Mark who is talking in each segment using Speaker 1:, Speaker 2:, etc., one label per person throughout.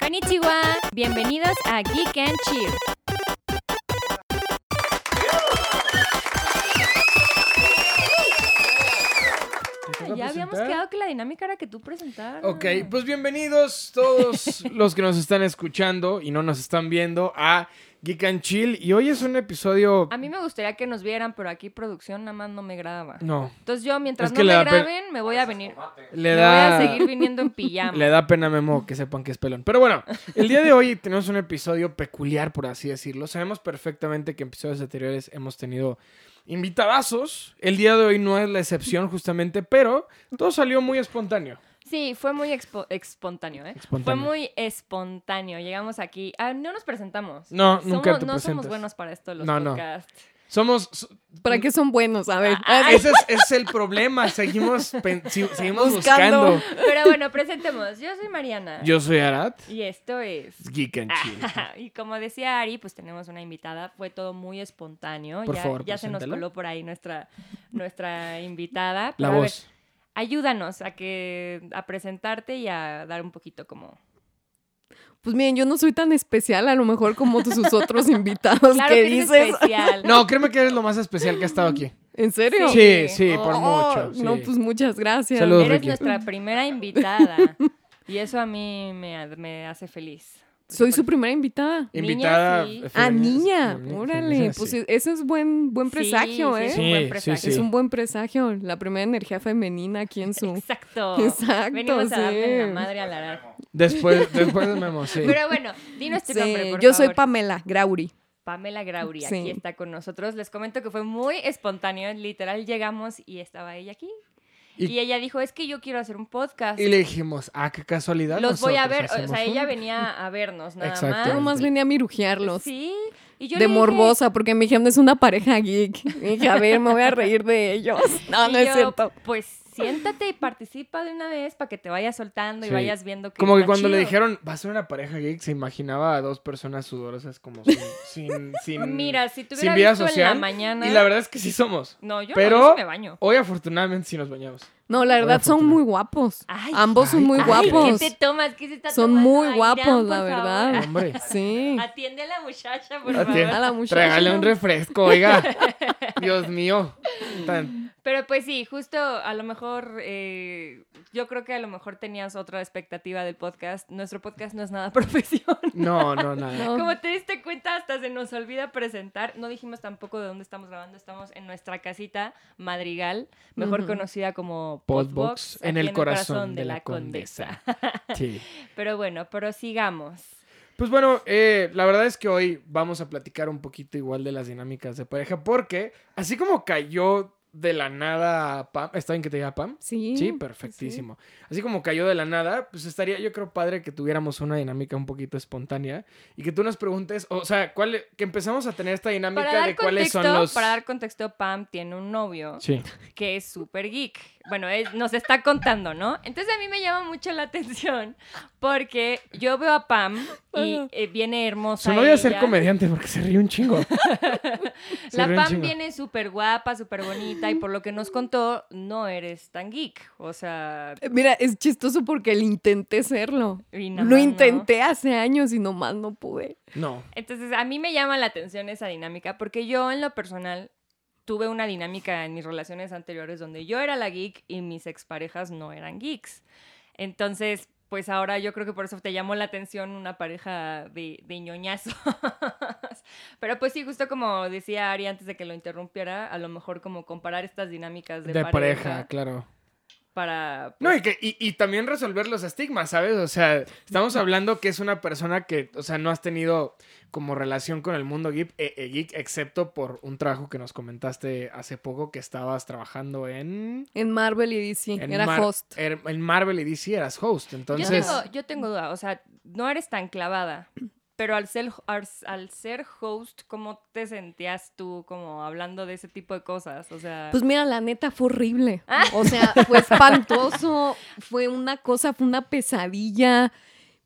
Speaker 1: Konnichiwa. Bienvenidos a Geek and Chill.
Speaker 2: Empieza a
Speaker 1: Ah, Ya habíamos
Speaker 2: presentar.
Speaker 1: quedado que la dinámica era que tú presentaras.
Speaker 2: Ok, pues bienvenidos todos los que nos están escuchando y no nos están viendo a Geek and Chill. Y hoy es un episodio.
Speaker 1: A mí me gustaría que nos vieran, pero aquí producción nada más no me graba.
Speaker 2: No,
Speaker 1: Entonces yo, mientras
Speaker 2: Es que
Speaker 1: no
Speaker 2: le
Speaker 1: me
Speaker 2: da pena-
Speaker 1: graben, me voy a venir.
Speaker 2: le
Speaker 1: me
Speaker 2: da.
Speaker 1: voy a seguir viniendo en pijama.
Speaker 2: Le da pena a Memo que sepan que es pelón. Pero bueno, el día de hoy tenemos un episodio peculiar, por así decirlo. Sabemos perfectamente que en episodios anteriores hemos tenido invitadazos. El día de hoy no es la excepción, justamente, pero todo salió muy espontáneo.
Speaker 1: Sí, fue muy expo- espontáneo, ¿eh? Fue
Speaker 2: Espontáneo.
Speaker 1: muy espontáneo. Llegamos aquí. Ah, no nos presentamos.
Speaker 2: No, nunca
Speaker 1: Somos-
Speaker 2: te
Speaker 1: No somos
Speaker 2: presentas.
Speaker 1: buenos para esto de los
Speaker 2: No, no.
Speaker 1: podcasts.
Speaker 2: Somos. so-
Speaker 3: ¿Para
Speaker 1: Mm.
Speaker 3: qué son buenos? A ver.
Speaker 1: Ah,
Speaker 3: ah,
Speaker 2: Ese es, ese es el problema. Seguimos, pen- si- seguimos
Speaker 3: Buscando.
Speaker 2: buscando.
Speaker 1: Pero bueno, presentemos. Yo soy Mariana.
Speaker 2: Yo soy Arat.
Speaker 1: Y esto es...
Speaker 2: Geek and Chill.
Speaker 1: y como decía Ari, pues tenemos una invitada. Fue todo muy espontáneo.
Speaker 2: Por
Speaker 1: ya
Speaker 2: favor,
Speaker 1: ya se nos
Speaker 2: preséntala.
Speaker 1: coló por ahí nuestra, nuestra invitada. Pero
Speaker 2: La
Speaker 1: a ver,
Speaker 2: voz.
Speaker 1: ayúdanos a que a presentarte y a dar un poquito como
Speaker 3: Pues miren, yo no soy tan especial a lo mejor como sus otros invitados
Speaker 1: claro
Speaker 3: que
Speaker 1: que eres
Speaker 3: Pues, dices.
Speaker 1: especial.
Speaker 2: No, créeme que eres lo más especial que ha estado aquí.
Speaker 3: ¿En serio?
Speaker 1: Sí.
Speaker 2: Sí, sí, por
Speaker 3: Oh,
Speaker 2: mucho. sí.
Speaker 3: No, pues muchas gracias.
Speaker 2: Saludos.
Speaker 1: Eres
Speaker 2: Ricky.
Speaker 1: nuestra primera invitada. Y eso a mí me, me hace feliz. Porque
Speaker 3: Soy su
Speaker 1: por-
Speaker 3: primera invitada.
Speaker 2: Invitada.
Speaker 1: Niña, eh. sí.
Speaker 2: eh,
Speaker 3: Ah,
Speaker 2: femenina,
Speaker 3: niña.
Speaker 2: femenina,
Speaker 3: Órale.
Speaker 2: femenina,
Speaker 3: Pues
Speaker 2: Ah, sí.
Speaker 3: eso es buen, buen
Speaker 1: Sí,
Speaker 3: presagio,
Speaker 1: sí,
Speaker 3: ¿eh?
Speaker 1: es un buen
Speaker 2: Sí, sí,
Speaker 1: presagio.
Speaker 2: sí.
Speaker 3: Es un buen presagio. La primera energía femenina aquí en su.
Speaker 1: Exacto.
Speaker 3: Exacto,
Speaker 1: Venimos a darle la
Speaker 3: sí.
Speaker 1: madre a la naranja.
Speaker 2: Después, después de Memo, sí.
Speaker 1: Pero bueno, dinos tu
Speaker 3: Sí,
Speaker 1: nombre, por
Speaker 3: yo
Speaker 1: favor.
Speaker 3: soy Pamela Grauri.
Speaker 1: Pamela Grauri,
Speaker 3: Sí.
Speaker 1: aquí está con nosotros. Les comento que fue muy espontáneo, literal llegamos y estaba ella aquí. Y,
Speaker 2: Y-
Speaker 1: ella dijo, es que yo quiero hacer un podcast.
Speaker 2: Y le dijimos, ah, qué casualidad.
Speaker 1: Los voy a
Speaker 2: nosotros
Speaker 1: ver, o
Speaker 2: hacemos
Speaker 1: sea, ella
Speaker 2: uno.
Speaker 1: venía a vernos nada
Speaker 2: Exacto.
Speaker 1: más.
Speaker 3: Yo nomás venía a mirujearlos.
Speaker 1: Sí. Y yo le
Speaker 3: De
Speaker 1: dije-
Speaker 3: morbosa, porque me dijeron es una pareja geek. Y dije, a ver, me voy a reír de ellos.
Speaker 2: Ah,
Speaker 3: No,
Speaker 1: Y
Speaker 3: no es
Speaker 1: yo,
Speaker 3: cierto.
Speaker 1: Pues siéntate y participa de una vez para que te vayas soltando y
Speaker 2: Sí.
Speaker 1: vayas viendo que
Speaker 2: Como que
Speaker 1: está
Speaker 2: cuando le
Speaker 1: chido.
Speaker 2: dijeron, va a ser una pareja geek, se imaginaba a dos personas sudorosas como sin... sin, sin-
Speaker 1: Mira, si te
Speaker 2: sin
Speaker 1: hubiera
Speaker 2: vida
Speaker 1: visto
Speaker 2: social,
Speaker 1: en la mañana.
Speaker 2: Y la verdad es que sí somos.
Speaker 1: No, yo
Speaker 2: pero-
Speaker 1: no yo sí me baño.
Speaker 2: Hoy afortunadamente sí nos bañamos.
Speaker 3: No, la
Speaker 2: Buena
Speaker 3: verdad son
Speaker 2: fortuna.
Speaker 3: muy guapos.
Speaker 1: Ay,
Speaker 3: Ambos son
Speaker 2: ay,
Speaker 3: muy
Speaker 2: ay,
Speaker 1: Ay, ¿qué
Speaker 3: guapos.
Speaker 1: te tomas? ¿Qué se está
Speaker 3: Son
Speaker 1: tomando?
Speaker 3: muy
Speaker 1: Ay,
Speaker 3: guapos,
Speaker 1: Dan, por
Speaker 3: la verdad.
Speaker 1: favor.
Speaker 2: Hombre,
Speaker 3: Sí.
Speaker 1: Atiende a la muchacha, por
Speaker 2: Atiende.
Speaker 1: favor.
Speaker 3: A la muchacha.
Speaker 2: Ah, regale un refresco, oiga. Dios mío. Tan-
Speaker 1: Pero pues sí, justo a lo mejor, eh, yo creo que a lo mejor tenías otra expectativa del podcast. Nuestro podcast no es nada profesional.
Speaker 2: No, no, nada.
Speaker 3: No.
Speaker 1: Como te diste cuenta, hasta se nos olvida presentar. No dijimos tampoco de dónde estamos grabando. Estamos en nuestra casita Madrigal, mejor
Speaker 3: Ujú.
Speaker 1: conocida como
Speaker 2: Podbox en
Speaker 1: aquí
Speaker 2: el corazón de la condesa. Sí.
Speaker 1: Pero bueno, prosigamos.
Speaker 2: Pues bueno, eh, la verdad es que hoy vamos a platicar un poquito igual de las dinámicas de pareja, porque así como cayó de la nada Pam, ¿está bien que te diga Pam?
Speaker 3: Sí.
Speaker 1: Mm,
Speaker 2: Sí, perfectísimo. Así como cayó de la nada, pues estaría, yo creo, padre que tuviéramos una dinámica un poquito espontánea y que tú nos preguntes, o sea, cuál, que empezamos a tener esta dinámica
Speaker 1: Para dar,
Speaker 2: de cuáles
Speaker 1: contexto,
Speaker 2: son los...
Speaker 1: para dar contexto, Pam tiene un novio
Speaker 2: Sí.
Speaker 1: que es súper geek. Bueno, él nos está contando, ¿no? Entonces a mí me llama mucho la atención porque yo veo a Pam y
Speaker 3: Ajá.
Speaker 1: eh, viene hermosa.
Speaker 2: Su novia es
Speaker 1: ella.
Speaker 2: ser comediante porque se ríe un chingo. Se
Speaker 1: La
Speaker 2: ríe un
Speaker 1: Pam
Speaker 2: chingo.
Speaker 1: viene súper guapa, súper bonita y por lo que nos contó, no eres tan geek. O sea,
Speaker 3: Eh, Mira, es chistoso porque le intenté serlo.
Speaker 1: y nada más
Speaker 3: Lo
Speaker 1: no.
Speaker 3: intenté hace años y nomás no pude.
Speaker 2: No.
Speaker 1: Entonces a mí me llama la atención esa dinámica porque yo en lo personal tuve una dinámica en mis relaciones anteriores donde yo era la geek y mis exparejas no eran geeks. Entonces, pues ahora yo creo que por eso te llamó la atención una pareja de, de ñoñazos. Pero pues sí, justo como decía Ari antes de que lo interrumpiera, a lo mejor como comparar estas dinámicas de,
Speaker 2: De pareja, claro.
Speaker 1: para...
Speaker 2: No, y, que, y, y también resolver los estigmas, ¿sabes? O sea, estamos hablando que es una persona que, o sea, no has tenido como relación con el mundo geek, eh, eh, geek, excepto por un trabajo que nos comentaste hace poco que estabas trabajando en...
Speaker 3: En Marvel y DC.
Speaker 2: en
Speaker 3: Era
Speaker 2: Mar-
Speaker 3: host.
Speaker 2: er- en Marvel y DC eras host,
Speaker 1: Yo
Speaker 2: entonces...
Speaker 1: tengo, yo tengo duda, o sea, no eres tan clavada, pero al ser, al, al ser host, ¿cómo te sentías tú como hablando de ese tipo de cosas? O sea,
Speaker 3: Pues mira, la neta fue horrible. O sea, fue espantoso. Fue una cosa, fue una pesadilla.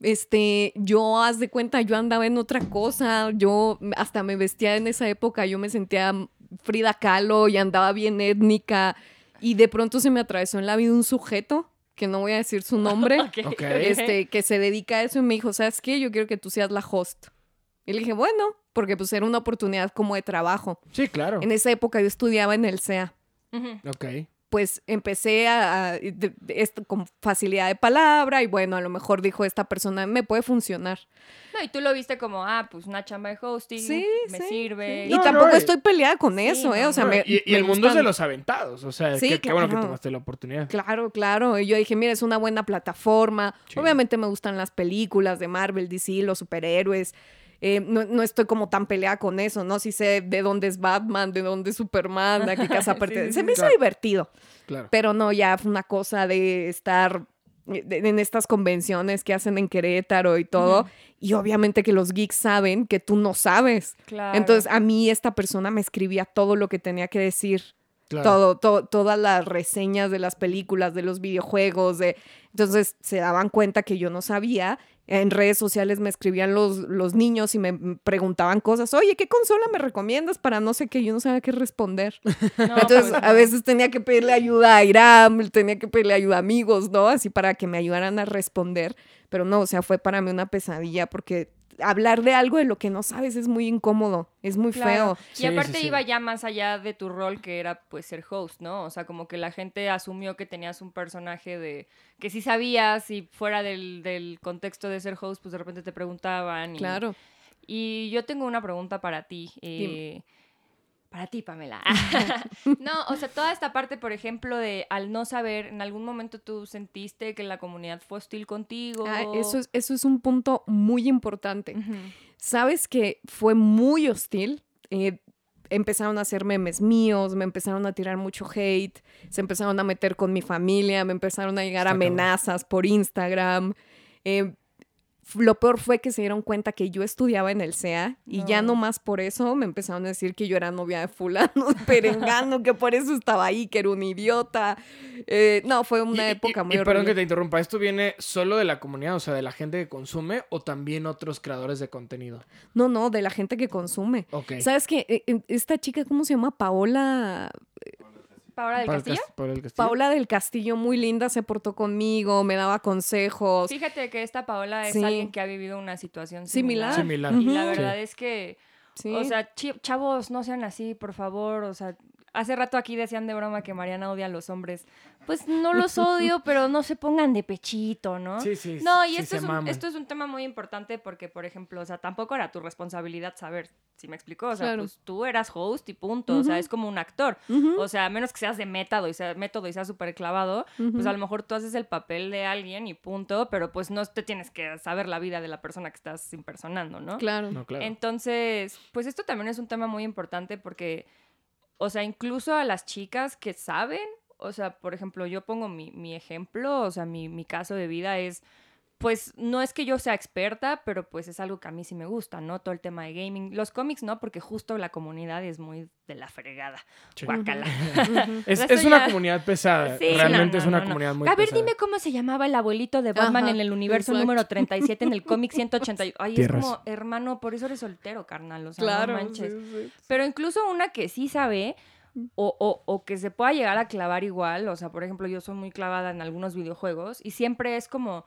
Speaker 3: Este, yo, haz de cuenta, yo andaba en otra cosa. Yo hasta me vestía en esa época. Yo me sentía Frida Kahlo y andaba bien étnica. Y de pronto se me atravesó en la vida un sujeto que no voy a decir su nombre,
Speaker 1: Ok,
Speaker 2: Ok.
Speaker 3: este, que se dedica a eso y me dijo, ¿sabes qué? Yo quiero que tú seas la host. Y le dije, bueno, porque pues era una oportunidad como de trabajo.
Speaker 2: Sí, claro.
Speaker 3: En esa época yo estudiaba en el CEA.
Speaker 1: Ujú.
Speaker 2: Ok.
Speaker 3: pues empecé a, a- de- de- esto con facilidad de palabra y bueno, a lo mejor dijo esta persona, me puede funcionar.
Speaker 1: No, y tú lo viste como, ah, pues una chamba de hosting,
Speaker 3: Sí,
Speaker 1: me
Speaker 3: sí,
Speaker 1: sirve.
Speaker 3: Y
Speaker 2: No,
Speaker 3: tampoco
Speaker 2: eh.
Speaker 3: estoy peleada con
Speaker 1: Sí,
Speaker 3: eso, ¿eh?
Speaker 1: no,
Speaker 3: O sea,
Speaker 2: No,
Speaker 3: me,
Speaker 2: y, y
Speaker 3: me
Speaker 2: el mundo es de
Speaker 3: gustan.
Speaker 2: los aventados. O sea,
Speaker 3: Sí,
Speaker 2: qué, qué bueno que
Speaker 3: claro.
Speaker 2: tomaste la oportunidad.
Speaker 3: Claro, claro. Y yo dije, mira, es una buena plataforma.
Speaker 2: Sí.
Speaker 3: Obviamente me gustan las películas de Marvel, DC, los superhéroes. Eh, no, no estoy como tan peleada con eso, ¿no? Si sé de dónde es Batman, de dónde es Superman, a qué casa
Speaker 1: Sí,
Speaker 3: pertenece.
Speaker 1: sí,
Speaker 3: Se
Speaker 1: sí.
Speaker 3: me hizo
Speaker 2: Claro.
Speaker 3: divertido.
Speaker 2: Claro.
Speaker 3: Pero no, ya fue una cosa de estar eh, de- en estas convenciones que hacen en Querétaro y todo.
Speaker 1: Ujú.
Speaker 3: Y obviamente que los geeks saben que tú no sabes.
Speaker 1: Claro.
Speaker 3: Entonces, ah, a mí esta persona me escribía todo lo que tenía que decir.
Speaker 2: claro.
Speaker 3: Todo, to- todas las reseñas de las películas, de los videojuegos, de... Entonces se daban cuenta que yo no sabía. En redes sociales me escribían los, los niños y me preguntaban cosas. Oye, ¿qué consola me recomiendas para no sé qué? Yo no sabía qué responder.
Speaker 1: No,
Speaker 3: Entonces,
Speaker 1: pues,
Speaker 3: a veces tenía que pedirle ayuda a Iram, tenía que pedirle ayuda a amigos, ¿no? Así para que me ayudaran a responder. Pero no, o sea, fue para mí una pesadilla porque hablar de algo de lo que no sabes es muy incómodo, es muy
Speaker 1: claro.
Speaker 3: feo.
Speaker 1: Y
Speaker 2: Sí,
Speaker 1: aparte
Speaker 2: sí, sí.
Speaker 1: iba ya más allá de tu rol que era pues ser host, ¿no? O sea, como que la gente asumió que tenías un personaje de que sí sabías y fuera del, del contexto de ser host, pues de repente te preguntaban. y-
Speaker 3: Claro.
Speaker 1: Y yo tengo una pregunta para ti.
Speaker 3: Dime.
Speaker 1: eh, para ti, Pamela. no, o sea, toda esta parte, por ejemplo, de al no saber, ¿en algún momento tú sentiste que la comunidad fue hostil contigo?
Speaker 3: Ah, eso, es, eso es un punto muy importante.
Speaker 1: Ujú.
Speaker 3: Sabes que fue muy hostil. eh, empezaron a hacer memes míos, me empezaron a tirar mucho hate, se empezaron a meter con mi familia, me empezaron a llegar
Speaker 2: Está cabrón.
Speaker 3: amenazas por Instagram. eh, f- lo peor fue que se dieron cuenta que yo estudiaba en el CEA y ya
Speaker 1: No.
Speaker 3: no más por eso me empezaron a decir que yo era novia de fulano, de perengano, que por eso estaba ahí, que era un idiota. Eh, no, fue una
Speaker 2: Y- y-
Speaker 3: época
Speaker 2: y-
Speaker 3: muy
Speaker 2: y perdón que
Speaker 3: horrible.
Speaker 2: te interrumpa, ¿esto viene solo de la comunidad, o sea, de la gente que consume o también otros creadores de contenido?
Speaker 3: No, no, de la gente que consume.
Speaker 2: Ok.
Speaker 3: ¿Sabes qué? Eh, Esta chica, ¿cómo se llama? Paola.
Speaker 1: ¿Paola del
Speaker 2: Para el
Speaker 1: Castillo?
Speaker 2: cas- para el castillo.
Speaker 3: Paola del Castillo, muy linda, se portó conmigo, me daba consejos.
Speaker 1: Fíjate que esta Paola es
Speaker 3: Sí.
Speaker 1: alguien que ha vivido una situación
Speaker 3: Similar.
Speaker 1: similar.
Speaker 2: Similar.
Speaker 1: Y la
Speaker 3: Ujú.
Speaker 1: verdad es que,
Speaker 3: Sí.
Speaker 1: o sea, chi- chavos, no sean así, por favor. O sea, hace rato aquí decían de broma que Mariana odia a los hombres. Pues no los odio, pero no se pongan de pechito, ¿no?
Speaker 2: Sí, sí.
Speaker 1: No,
Speaker 2: sí,
Speaker 1: y
Speaker 2: sí,
Speaker 1: esto,
Speaker 2: se
Speaker 1: es un,
Speaker 2: maman.
Speaker 1: esto es un tema muy importante porque, por ejemplo, o sea, tampoco era tu responsabilidad saber, si me explicó, o sea,
Speaker 3: Claro.
Speaker 1: pues tú eras host y punto, o sea,
Speaker 3: Ujú.
Speaker 1: es como un actor,
Speaker 3: Ujú,
Speaker 1: o sea, a menos que seas de método y sea, método y seas súper clavado, pues
Speaker 3: ujú.
Speaker 1: a lo mejor tú haces el papel de alguien y punto, pero pues no te tienes que saber la vida de la persona que estás impersonando, ¿no?
Speaker 3: Claro.
Speaker 2: No, claro.
Speaker 1: Entonces, pues esto también es un tema muy importante porque, o sea, incluso a las chicas que saben, o sea, por ejemplo, yo pongo mi, mi ejemplo, o sea, mi, mi caso de vida es, pues no es que yo sea experta, pero pues es algo que a mí sí me gusta, ¿no? Todo el tema de gaming. Los cómics no, porque justo la comunidad es muy de la fregada.
Speaker 2: Sí.
Speaker 1: Guácala.
Speaker 3: Ujú.
Speaker 2: Es,
Speaker 1: Pero esto
Speaker 2: es una
Speaker 1: ya-
Speaker 2: comunidad pesada.
Speaker 1: Sí,
Speaker 2: Realmente
Speaker 1: no,
Speaker 2: es
Speaker 1: no,
Speaker 2: una
Speaker 1: no, no.
Speaker 2: comunidad muy
Speaker 1: A
Speaker 2: pesada.
Speaker 1: ver, dime cómo se llamaba el abuelito de Batman
Speaker 3: Ajá,
Speaker 1: en el universo
Speaker 3: exacto.
Speaker 1: número 37 en el cómic 180. Ay, es
Speaker 2: Tierras.
Speaker 1: como, hermano, por eso eres soltero, carnal. O sea,
Speaker 3: Claro.
Speaker 1: no manches.
Speaker 3: sí, sí.
Speaker 1: Pero incluso una que sí sabe
Speaker 2: Mm.
Speaker 1: o, o- o que se pueda llegar a clavar igual, o sea, por ejemplo, yo soy muy clavada en algunos videojuegos y siempre es como,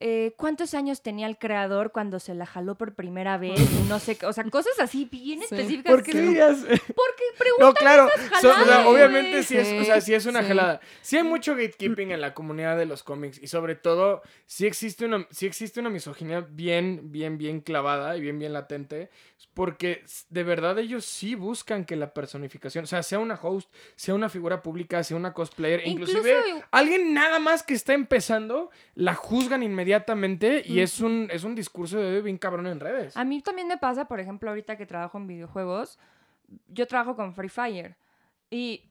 Speaker 1: eh, ¿cuántos años tenía el creador cuando se la jaló por primera vez? Y no sé, qué, o sea, cosas así bien
Speaker 3: Sí.
Speaker 1: específicas.
Speaker 2: ¿Por
Speaker 1: que
Speaker 2: qué
Speaker 1: es como,
Speaker 2: dirías?
Speaker 1: Porque pregunto,
Speaker 2: No, claro.
Speaker 1: esas
Speaker 2: so- o sea,
Speaker 1: jaladas,
Speaker 2: obviamente
Speaker 1: güey.
Speaker 2: sí es, o
Speaker 3: Sí,
Speaker 2: sea, sí es una
Speaker 3: sí.
Speaker 2: jalada. Sí hay mucho gatekeeping en la comunidad de los cómics y sobre todo sí existe una, sí existe una misoginia bien, bien, bien clavada y bien, bien latente porque s- de verdad ellos sí buscan que la personificación, o sea, sea una host, sea una figura pública, sea una cosplayer, e inclusive
Speaker 1: Incluso-
Speaker 2: alguien nada más que está empezando la juzgan inmediatamente y es un es un discurso de odio bien cabrón en redes.
Speaker 1: Mm. A mí también me pasa, por ejemplo, ahorita que trabajo en videojuegos, yo trabajo con Free Fire. Y,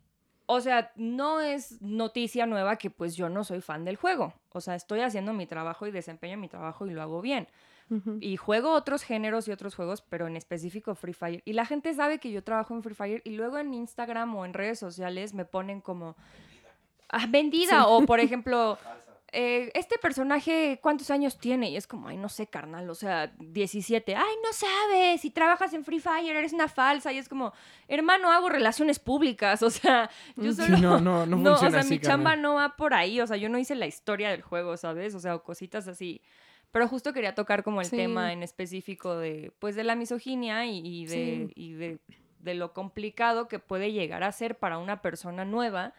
Speaker 1: o sea, no es noticia nueva que pues yo no soy fan del juego. O sea, estoy haciendo mi trabajo y desempeño mi trabajo y lo hago bien.
Speaker 3: Ujú.
Speaker 1: Y juego otros géneros y otros juegos, pero en específico Free Fire. Y la gente sabe que yo trabajo en Free Fire y luego en Instagram o en redes sociales me ponen como ah, vendida o por ejemplo eh, este personaje, ¿cuántos años tiene? Y es como, ay, no sé, carnal, o sea, 17. Ay, no sabes, si trabajas en Free Fire, eres una falsa. Y es como, hermano, hago relaciones públicas, o sea, yo
Speaker 2: Mm, Sí,
Speaker 1: solo...
Speaker 2: no, no, no
Speaker 1: o sea,
Speaker 2: funciona así,
Speaker 1: mi chamba
Speaker 2: carnal.
Speaker 1: no va por ahí, o sea, yo no hice la historia del juego, ¿sabes? O sea, o cositas así. Pero justo quería tocar como el
Speaker 3: Sí.
Speaker 1: tema en específico de, pues, de la misoginia y, y de,
Speaker 3: Sí.
Speaker 1: y de, de lo complicado que puede llegar a ser para una persona nueva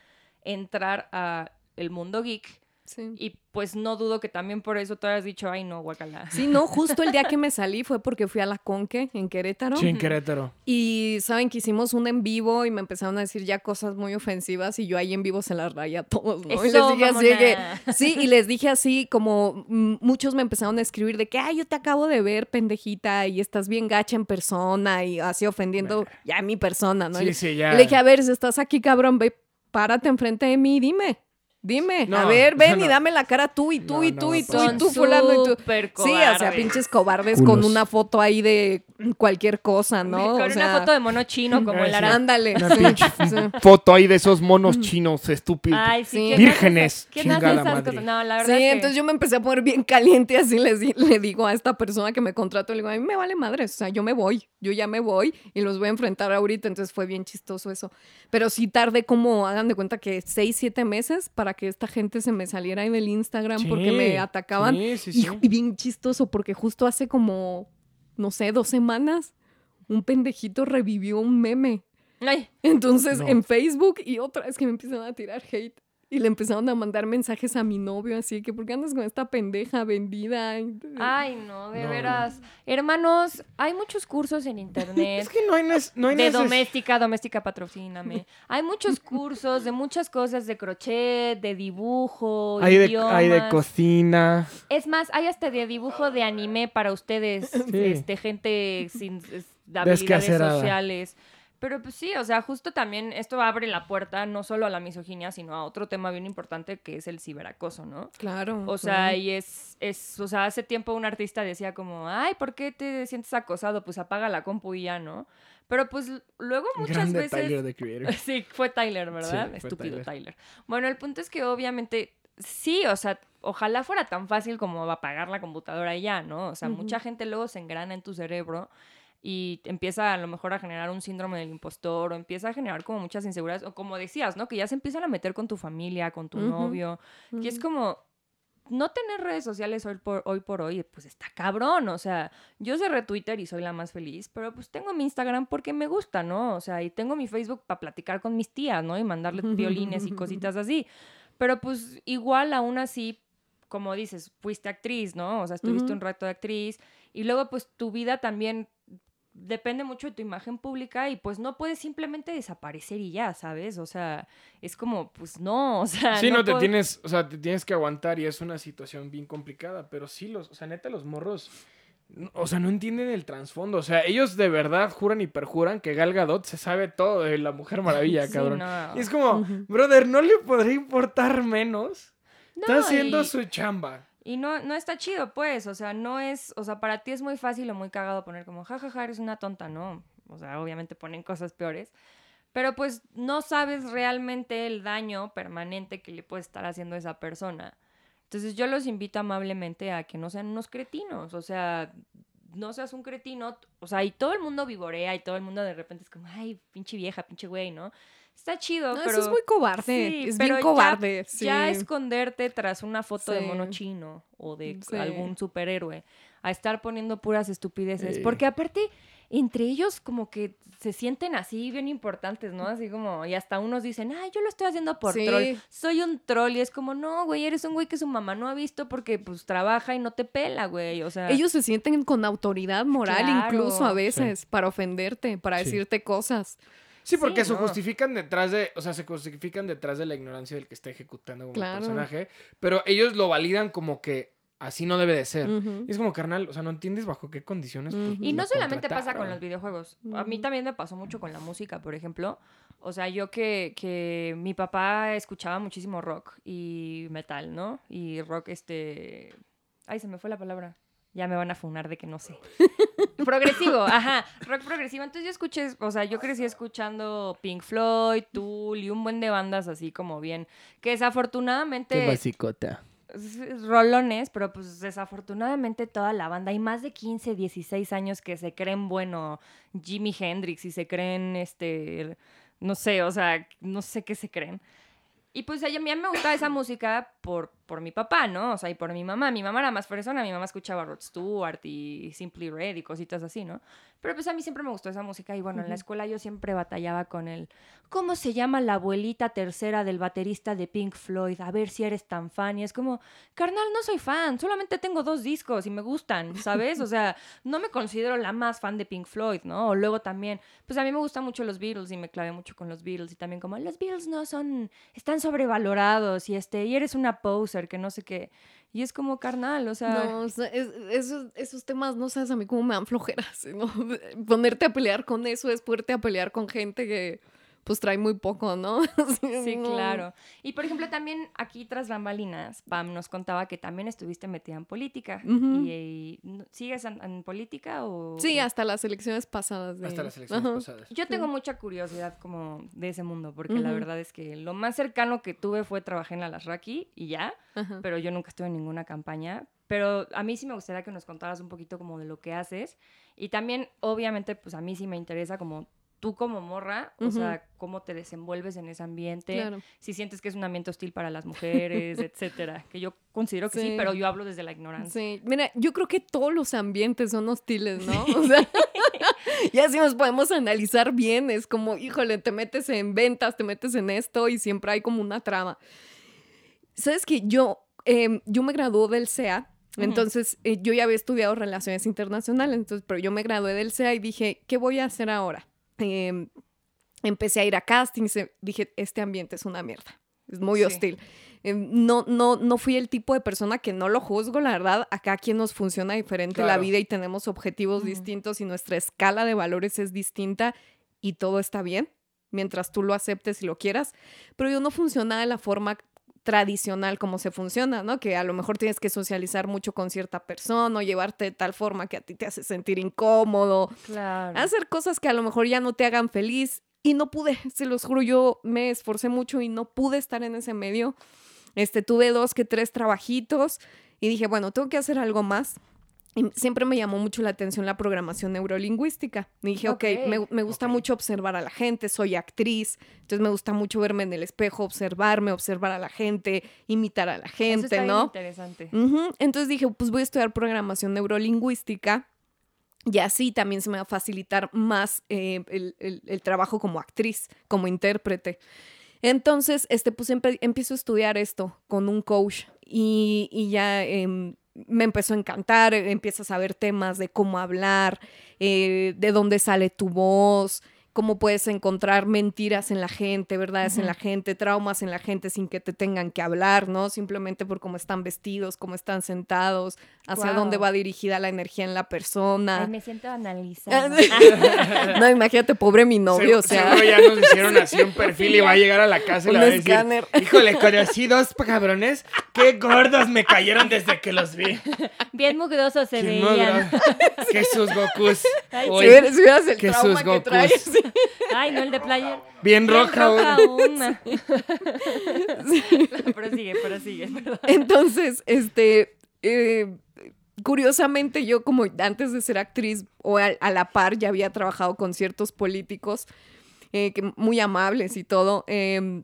Speaker 1: entrar a el mundo geek
Speaker 3: Sí.
Speaker 1: y pues no dudo que también por eso tú hayas dicho, ay no, guacala.
Speaker 3: Sí, no, justo el día que me salí fue porque fui a la Conque en Querétaro.
Speaker 2: Sí, en Querétaro.
Speaker 3: Y saben que hicimos un en vivo y me empezaron a decir ya cosas muy ofensivas y yo ahí en vivo se las rayé a todos, ¿no? y les
Speaker 1: Eso,
Speaker 3: dije así de que-
Speaker 1: mamona.
Speaker 3: sí, y les dije así como mm, muchos me empezaron a escribir de que, ay, yo te acabo de ver, pendejita, y estás bien gacha en persona y así ofendiendo ya a mi persona, ¿no? Y-
Speaker 2: Sí, sí, ya.
Speaker 3: y Le dije, a ver, si estás aquí, cabrón, ve, párate enfrente de mí y dime. Dime,
Speaker 2: No,
Speaker 3: a ver, ven
Speaker 2: no.
Speaker 3: y dame la cara tú y tú
Speaker 2: No,
Speaker 3: y
Speaker 2: no
Speaker 3: tú
Speaker 2: va a
Speaker 3: y tú
Speaker 2: pasar.
Speaker 3: y tú,
Speaker 1: Son
Speaker 3: fulano y tú.
Speaker 1: súper
Speaker 3: Sí, o sea,
Speaker 1: cobardes.
Speaker 3: pinches cobardes
Speaker 2: Culos.
Speaker 3: con una foto ahí de cualquier cosa, ¿no?
Speaker 1: Con
Speaker 3: O
Speaker 1: una
Speaker 3: sea,
Speaker 1: foto de mono chino como el
Speaker 2: Sí.
Speaker 1: araña.
Speaker 3: Ándale.
Speaker 2: Una
Speaker 3: sí,
Speaker 2: pinche
Speaker 3: sí.
Speaker 2: Foto ahí de esos monos chinos estúpidos.
Speaker 1: Ay, sí.
Speaker 3: Sí.
Speaker 1: ¿quién hace
Speaker 2: Vírgenes,
Speaker 1: esas- ¿Quién hace
Speaker 2: chingada
Speaker 1: esas
Speaker 2: madre.
Speaker 1: cosas? No, la
Speaker 3: Sí,
Speaker 1: verdad. es que-
Speaker 3: entonces yo me empecé a poner bien caliente y así les di- le digo a esta persona que me contrató, le digo, a mí me vale madres, o sea, yo me voy, yo ya me voy y los voy a enfrentar ahorita, entonces fue bien chistoso eso. Pero sí tardé como, hagan de cuenta que seis, siete meses para que esta gente se me saliera ahí del Instagram
Speaker 2: Sí,
Speaker 3: porque me atacaban.
Speaker 2: Sí, sí,
Speaker 3: Y-
Speaker 2: sí.
Speaker 3: Y, bien chistoso porque justo hace como, no sé, dos semanas, un pendejito revivió un meme.
Speaker 1: Ay,
Speaker 3: Entonces,
Speaker 2: No.
Speaker 3: en Facebook y otra vez que me empezaron a tirar hate. Y le empezaron a mandar mensajes a mi novio, así que, ¿por qué andas con esta pendeja vendida? Y- eh,
Speaker 1: ay, no, de
Speaker 2: No.
Speaker 1: veras. Hermanos, hay muchos cursos en internet.
Speaker 2: Es que no hay, nes- no hay
Speaker 1: de
Speaker 2: neces-
Speaker 1: doméstica, doméstica patrocíname. Hay muchos cursos de muchas cosas de crochet, de dibujo,
Speaker 2: Hay de,
Speaker 1: idiomas.
Speaker 2: hay de cocina.
Speaker 1: Es más, hay hasta de dibujo de anime para ustedes, este, gente sin es- de habilidades
Speaker 2: Descacerada.
Speaker 1: sociales. Pero pues sí, o sea, justo también esto abre la puerta no solo a la misoginia, sino a otro tema bien importante que es el ciberacoso, ¿no?
Speaker 3: Claro.
Speaker 1: O sea, y es, es, o sea, hace tiempo un artista decía como, ay, ¿por qué te sientes acosado? Pues apaga la compu y ya, ¿no? Pero pues luego muchas
Speaker 2: Grande
Speaker 1: veces...
Speaker 2: Tyler, the Creator.
Speaker 1: Sí, fue Tyler, ¿verdad?
Speaker 2: Sí, fue
Speaker 1: Estúpido
Speaker 2: Tyler.
Speaker 1: Tyler. Bueno, el punto es que obviamente sí, o sea, ojalá fuera tan fácil como apagar la computadora y ya, ¿no? O sea,
Speaker 3: Ujú.
Speaker 1: mucha gente luego se engrana en tu cerebro y empieza a lo mejor a generar un síndrome del impostor o empieza a generar como muchas inseguridades o como decías, ¿no? Que ya se empiezan a meter con tu familia, con tu
Speaker 3: Ujú.
Speaker 1: novio y es como, no tener redes sociales hoy por, hoy por hoy, pues está cabrón. O sea, yo cerré Twitter y soy la más feliz, pero pues tengo mi Instagram porque me gusta, ¿no? O sea, y tengo mi Facebook para platicar con mis tías, ¿no? Y mandarle violines y cositas así. Pero pues igual aún así, como dices, fuiste actriz, ¿no? O sea, estuviste
Speaker 3: Ujú.
Speaker 1: un rato de actriz y luego pues tu vida también depende mucho de tu imagen pública y pues no puedes simplemente desaparecer y ya, ¿sabes? O sea, es como, pues no, o sea...
Speaker 2: Sí, no, te
Speaker 1: puedo-
Speaker 2: tienes, o sea, te tienes que aguantar y es una situación bien complicada, pero sí, los, o sea, neta, los morros, no- o sea, no entienden el trasfondo, o sea, ellos de verdad juran y perjuran que Gal Gadot se sabe todo de la Mujer Maravilla,
Speaker 1: Sí,
Speaker 2: cabrón.
Speaker 1: no.
Speaker 2: Y es como,
Speaker 3: Ujú.
Speaker 2: brother, ¿no le podría importar menos? Está
Speaker 1: No,
Speaker 2: haciendo
Speaker 1: y-
Speaker 2: su chamba.
Speaker 1: Y no, no está chido, pues, o sea, no es, o sea, para ti es muy fácil o muy cagado poner como, jajaja, eres una tonta, no, o sea, obviamente ponen cosas peores, pero pues no sabes realmente el daño permanente que le puede estar haciendo esa persona. Entonces yo los invito amablemente a que no sean unos cretinos, o sea, no seas un cretino, o sea, y todo el mundo vivorea y todo el mundo de repente es como, ay, pinche vieja, pinche güey, ¿no? Está chido,
Speaker 3: No,
Speaker 1: pero...
Speaker 3: eso es muy cobarde,
Speaker 1: Sí,
Speaker 3: es
Speaker 1: pero
Speaker 3: bien
Speaker 1: ya-
Speaker 3: cobarde. sí.
Speaker 1: Ya esconderte tras una foto de
Speaker 3: Sí.
Speaker 1: mono chino o de
Speaker 3: Sí.
Speaker 1: algún superhéroe, a estar poniendo puras estupideces.
Speaker 2: Sí.
Speaker 1: Porque aparte, entre ellos como que se sienten así bien importantes, ¿no? Así como, y hasta unos dicen, ay, yo lo estoy haciendo por
Speaker 3: Sí.
Speaker 1: troll, soy un troll. Y es como, no, güey, eres un güey que su mamá no ha visto porque pues trabaja y no te pela, güey. O sea,
Speaker 3: Ellos se sienten con autoridad moral
Speaker 1: Claro.
Speaker 3: incluso a veces para ofenderte, para
Speaker 2: Sí.
Speaker 3: decirte cosas.
Speaker 2: Sí, porque
Speaker 1: Sí,
Speaker 2: se
Speaker 1: no.
Speaker 2: justifican detrás de, o sea, se justifican detrás de la ignorancia del que está ejecutando como
Speaker 3: Claro.
Speaker 2: personaje, pero ellos lo validan como que así no debe de ser.
Speaker 3: Ujú.
Speaker 2: Y es como, carnal, o sea, no entiendes bajo qué condiciones. pues,
Speaker 3: Ujú.
Speaker 1: Y
Speaker 2: la
Speaker 1: no solamente pasa con
Speaker 2: contrataron.
Speaker 1: los videojuegos. A mí
Speaker 3: Ujú.
Speaker 1: también me pasó mucho con la música, por ejemplo. O sea, yo que, que mi papá escuchaba muchísimo rock y metal, ¿no? Y rock, este... Ay, se me fue la palabra. Ya me van a funar de que no sé. progresivo, ajá. Rock progresivo. Entonces yo escuché, o sea, yo crecí escuchando Pink Floyd, Tool y un buen de bandas así como bien. Que desafortunadamente...
Speaker 2: basicota.
Speaker 1: rolones, pero pues desafortunadamente toda la banda, hay más de 15, 16 años que se creen, bueno, Jimi Hendrix y se creen, este, no sé, o sea, no sé qué se creen. Y pues a mí me gustaba esa música por, por mi papá, ¿no? O sea, y por mi mamá. Mi mamá era más persona, mi mamá escuchaba Rod Stewart y Simply Red y cositas así, ¿no? Pero pues a mí siempre me gustó esa música y bueno, en la escuela yo siempre batallaba con el ¿Cómo se llama la abuelita tercera del baterista de Pink Floyd? A ver si eres tan fan. Y es como, carnal, no soy fan, solamente tengo dos discos y me gustan, ¿sabes? O sea, no me considero la más fan de Pink Floyd, ¿no? O luego también, pues a mí me gustan mucho los Beatles y me clavé mucho con los Beatles y también como los Beatles no son, están sobrevalorados y este, y eres una poser, que no sé qué. Y es como carnal, o sea.
Speaker 3: No, o sea, es- esos, esos temas, no sabes a mí cómo me dan flojeras, ¿no? Ponerte a pelear con eso es ponerte a pelear con gente que pues trae muy poco, ¿no?
Speaker 1: Sí,
Speaker 3: no.
Speaker 1: claro. Y por ejemplo, también aquí tras bambalinas, Pam nos contaba que también estuviste metida en política.
Speaker 3: Ujú.
Speaker 1: y, y, ¿no- ¿Sigues en, en política o...?
Speaker 3: Sí,
Speaker 1: o-
Speaker 3: hasta las elecciones pasadas. de-
Speaker 2: Hasta las elecciones
Speaker 3: Ajá.
Speaker 2: pasadas.
Speaker 1: Yo tengo mucha curiosidad como de ese mundo, porque la
Speaker 3: Ujú.
Speaker 1: verdad es que lo más cercano que tuve fue trabajé en la Lasraki y ya,
Speaker 3: Ajá.
Speaker 1: pero yo nunca estuve en ninguna campaña. Pero a mí sí me gustaría que nos contaras un poquito como de lo que haces. Y también, obviamente, pues a mí sí me interesa como tú como morra, o
Speaker 3: Ujú.
Speaker 1: sea, cómo te desenvuelves en ese ambiente,
Speaker 3: Claro.
Speaker 1: si sientes que es un ambiente hostil para las mujeres, etcétera. Que yo considero que sí.
Speaker 3: Sí.
Speaker 1: pero yo hablo desde la ignorancia.
Speaker 3: Sí, mira, yo creo que todos los ambientes son hostiles, ¿no? O sea, ya si nos podemos analizar bien, es como, híjole, te metes en ventas, te metes en esto y siempre hay como una trama. Sabes que yo, eh, yo me gradué del CEA,
Speaker 1: Ujú.
Speaker 3: entonces eh, yo ya había estudiado relaciones internacionales, entonces, pero yo me gradué del CEA y dije, ¿qué voy a hacer ahora? Em, empecé a ir a castings, eh, dije, este ambiente es una mierda, es muy
Speaker 1: Sí.
Speaker 3: hostil. Em, No, no, no fui el tipo de persona que no lo juzgo, la verdad, acá a quien nos funciona diferente la
Speaker 2: Claro.
Speaker 3: vida y tenemos objetivos
Speaker 1: Ujú.
Speaker 3: distintos y nuestra escala de valores es distinta y todo está bien, mientras tú lo aceptes y lo quieras, pero yo no funcionaba de la forma tradicional como se funciona, ¿no? Que a lo mejor tienes que socializar mucho con cierta persona o llevarte de tal forma que a ti te hace sentir incómodo,
Speaker 1: Claro.
Speaker 3: hacer cosas que a lo mejor ya no te hagan feliz. Y no pude, se los juro, yo me esforcé mucho y no pude estar en ese medio. Este, tuve dos que tres trabajitos y dije, bueno, tengo que hacer algo más. Y siempre me llamó mucho la atención la programación neurolingüística. Y dije, ok,
Speaker 1: Ok.
Speaker 3: me, me gusta
Speaker 2: Ok.
Speaker 3: mucho observar a la gente, soy actriz, entonces me gusta mucho verme en el espejo, observarme, observar a la gente, imitar a la
Speaker 1: Eso está
Speaker 3: gente,
Speaker 1: bien
Speaker 3: ¿no?
Speaker 1: interesante.
Speaker 3: Ujú, Entonces dije, pues voy a estudiar programación neurolingüística y así también se me va a facilitar más eh, el, el- el trabajo como actriz, como intérprete. Entonces, este, pues empe- empiezo a estudiar esto con un coach y, y ya em, me empezó a encantar, eh, empiezas a ver temas de cómo hablar, eh, de dónde sale tu voz, cómo puedes encontrar mentiras en la gente, verdades en la
Speaker 1: Ujú.
Speaker 3: gente, traumas en la gente sin que te tengan que hablar, ¿no? Simplemente por cómo están vestidos, cómo están sentados, hacia
Speaker 1: Guau.
Speaker 3: dónde va dirigida la energía en la
Speaker 1: Ay,
Speaker 3: persona.
Speaker 1: me siento analizando.
Speaker 3: no, imagínate, pobre mi novio, o
Speaker 2: Se-
Speaker 3: sea.
Speaker 2: seguro ya nos hicieron así un perfil y va a llegar a la casa y le
Speaker 3: Un
Speaker 2: va a decir,
Speaker 3: escáner.
Speaker 2: híjole, conocí dos cabrones, qué gordos me cayeron desde que los vi.
Speaker 1: Ah, Bien mugroso se
Speaker 2: Qué
Speaker 1: veían.
Speaker 2: mogro. Que sus Gokus.
Speaker 1: Ay,
Speaker 2: Uy,
Speaker 3: Si vieras, si vieras el
Speaker 2: que sus
Speaker 3: trauma que
Speaker 2: Gokus.
Speaker 3: traes.
Speaker 1: Ay, no, el de playa.
Speaker 2: bien roja. güey.
Speaker 1: Roja una. prosigue, prosigue. perdón.
Speaker 3: Entonces, este, eh, curiosamente yo como antes de ser actriz o al- a, la par ya había trabajado con ciertos políticos eh, que muy amables y todo. eh,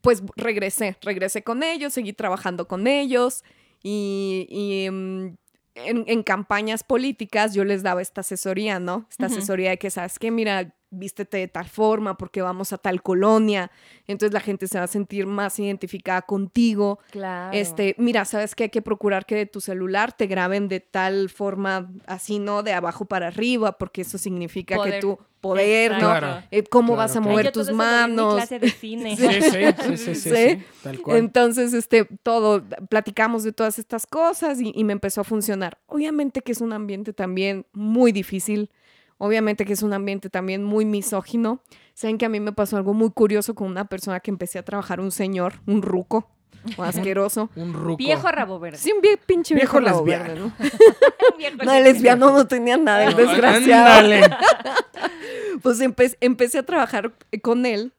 Speaker 3: pues regresé, regresé con ellos, seguí trabajando con ellos y, y, em, en, en campañas políticas yo les daba esta asesoría, ¿no? Esta
Speaker 1: Ujú.
Speaker 3: asesoría de que, ¿sabes qué? Mira, vístete de tal forma porque vamos a tal colonia, entonces la gente se va a sentir más identificada contigo.
Speaker 1: Claro.
Speaker 3: Este, mira, sabes que hay que procurar que de tu celular te graben de tal forma, así, ¿no? De abajo para arriba, porque eso significa
Speaker 1: Poder.
Speaker 3: que tú poder, ¿no?
Speaker 2: Claro.
Speaker 3: Eh, ¿Cómo
Speaker 2: Claro,
Speaker 3: vas a
Speaker 2: claro.
Speaker 1: Ay,
Speaker 3: mover
Speaker 1: yo todo
Speaker 3: tus
Speaker 1: eso lo vi en mi
Speaker 3: manos?
Speaker 1: clase de cine.
Speaker 2: Sí, sí, sí, sí, sí,
Speaker 3: Sí.
Speaker 2: sí, tal cual.
Speaker 3: Entonces, este, todo, platicamos de todas estas cosas y, y me empezó a funcionar. Obviamente que es un ambiente también muy difícil, obviamente que es un ambiente también muy misógino. Saben que a mí me pasó algo muy curioso con una persona que empecé a trabajar, un señor, un ruco, o asqueroso.
Speaker 2: Un ruco.
Speaker 1: Viejo rabo verde.
Speaker 3: Sí, un vie- pinche viejo,
Speaker 2: Viejo
Speaker 3: rabo
Speaker 2: lesbiano.
Speaker 3: verde, ¿no?
Speaker 1: Viejo
Speaker 3: No, el lesbiano no tenía nada, el
Speaker 2: No,
Speaker 3: desgraciado.
Speaker 2: ándale.
Speaker 3: Pues empe- empecé a trabajar con él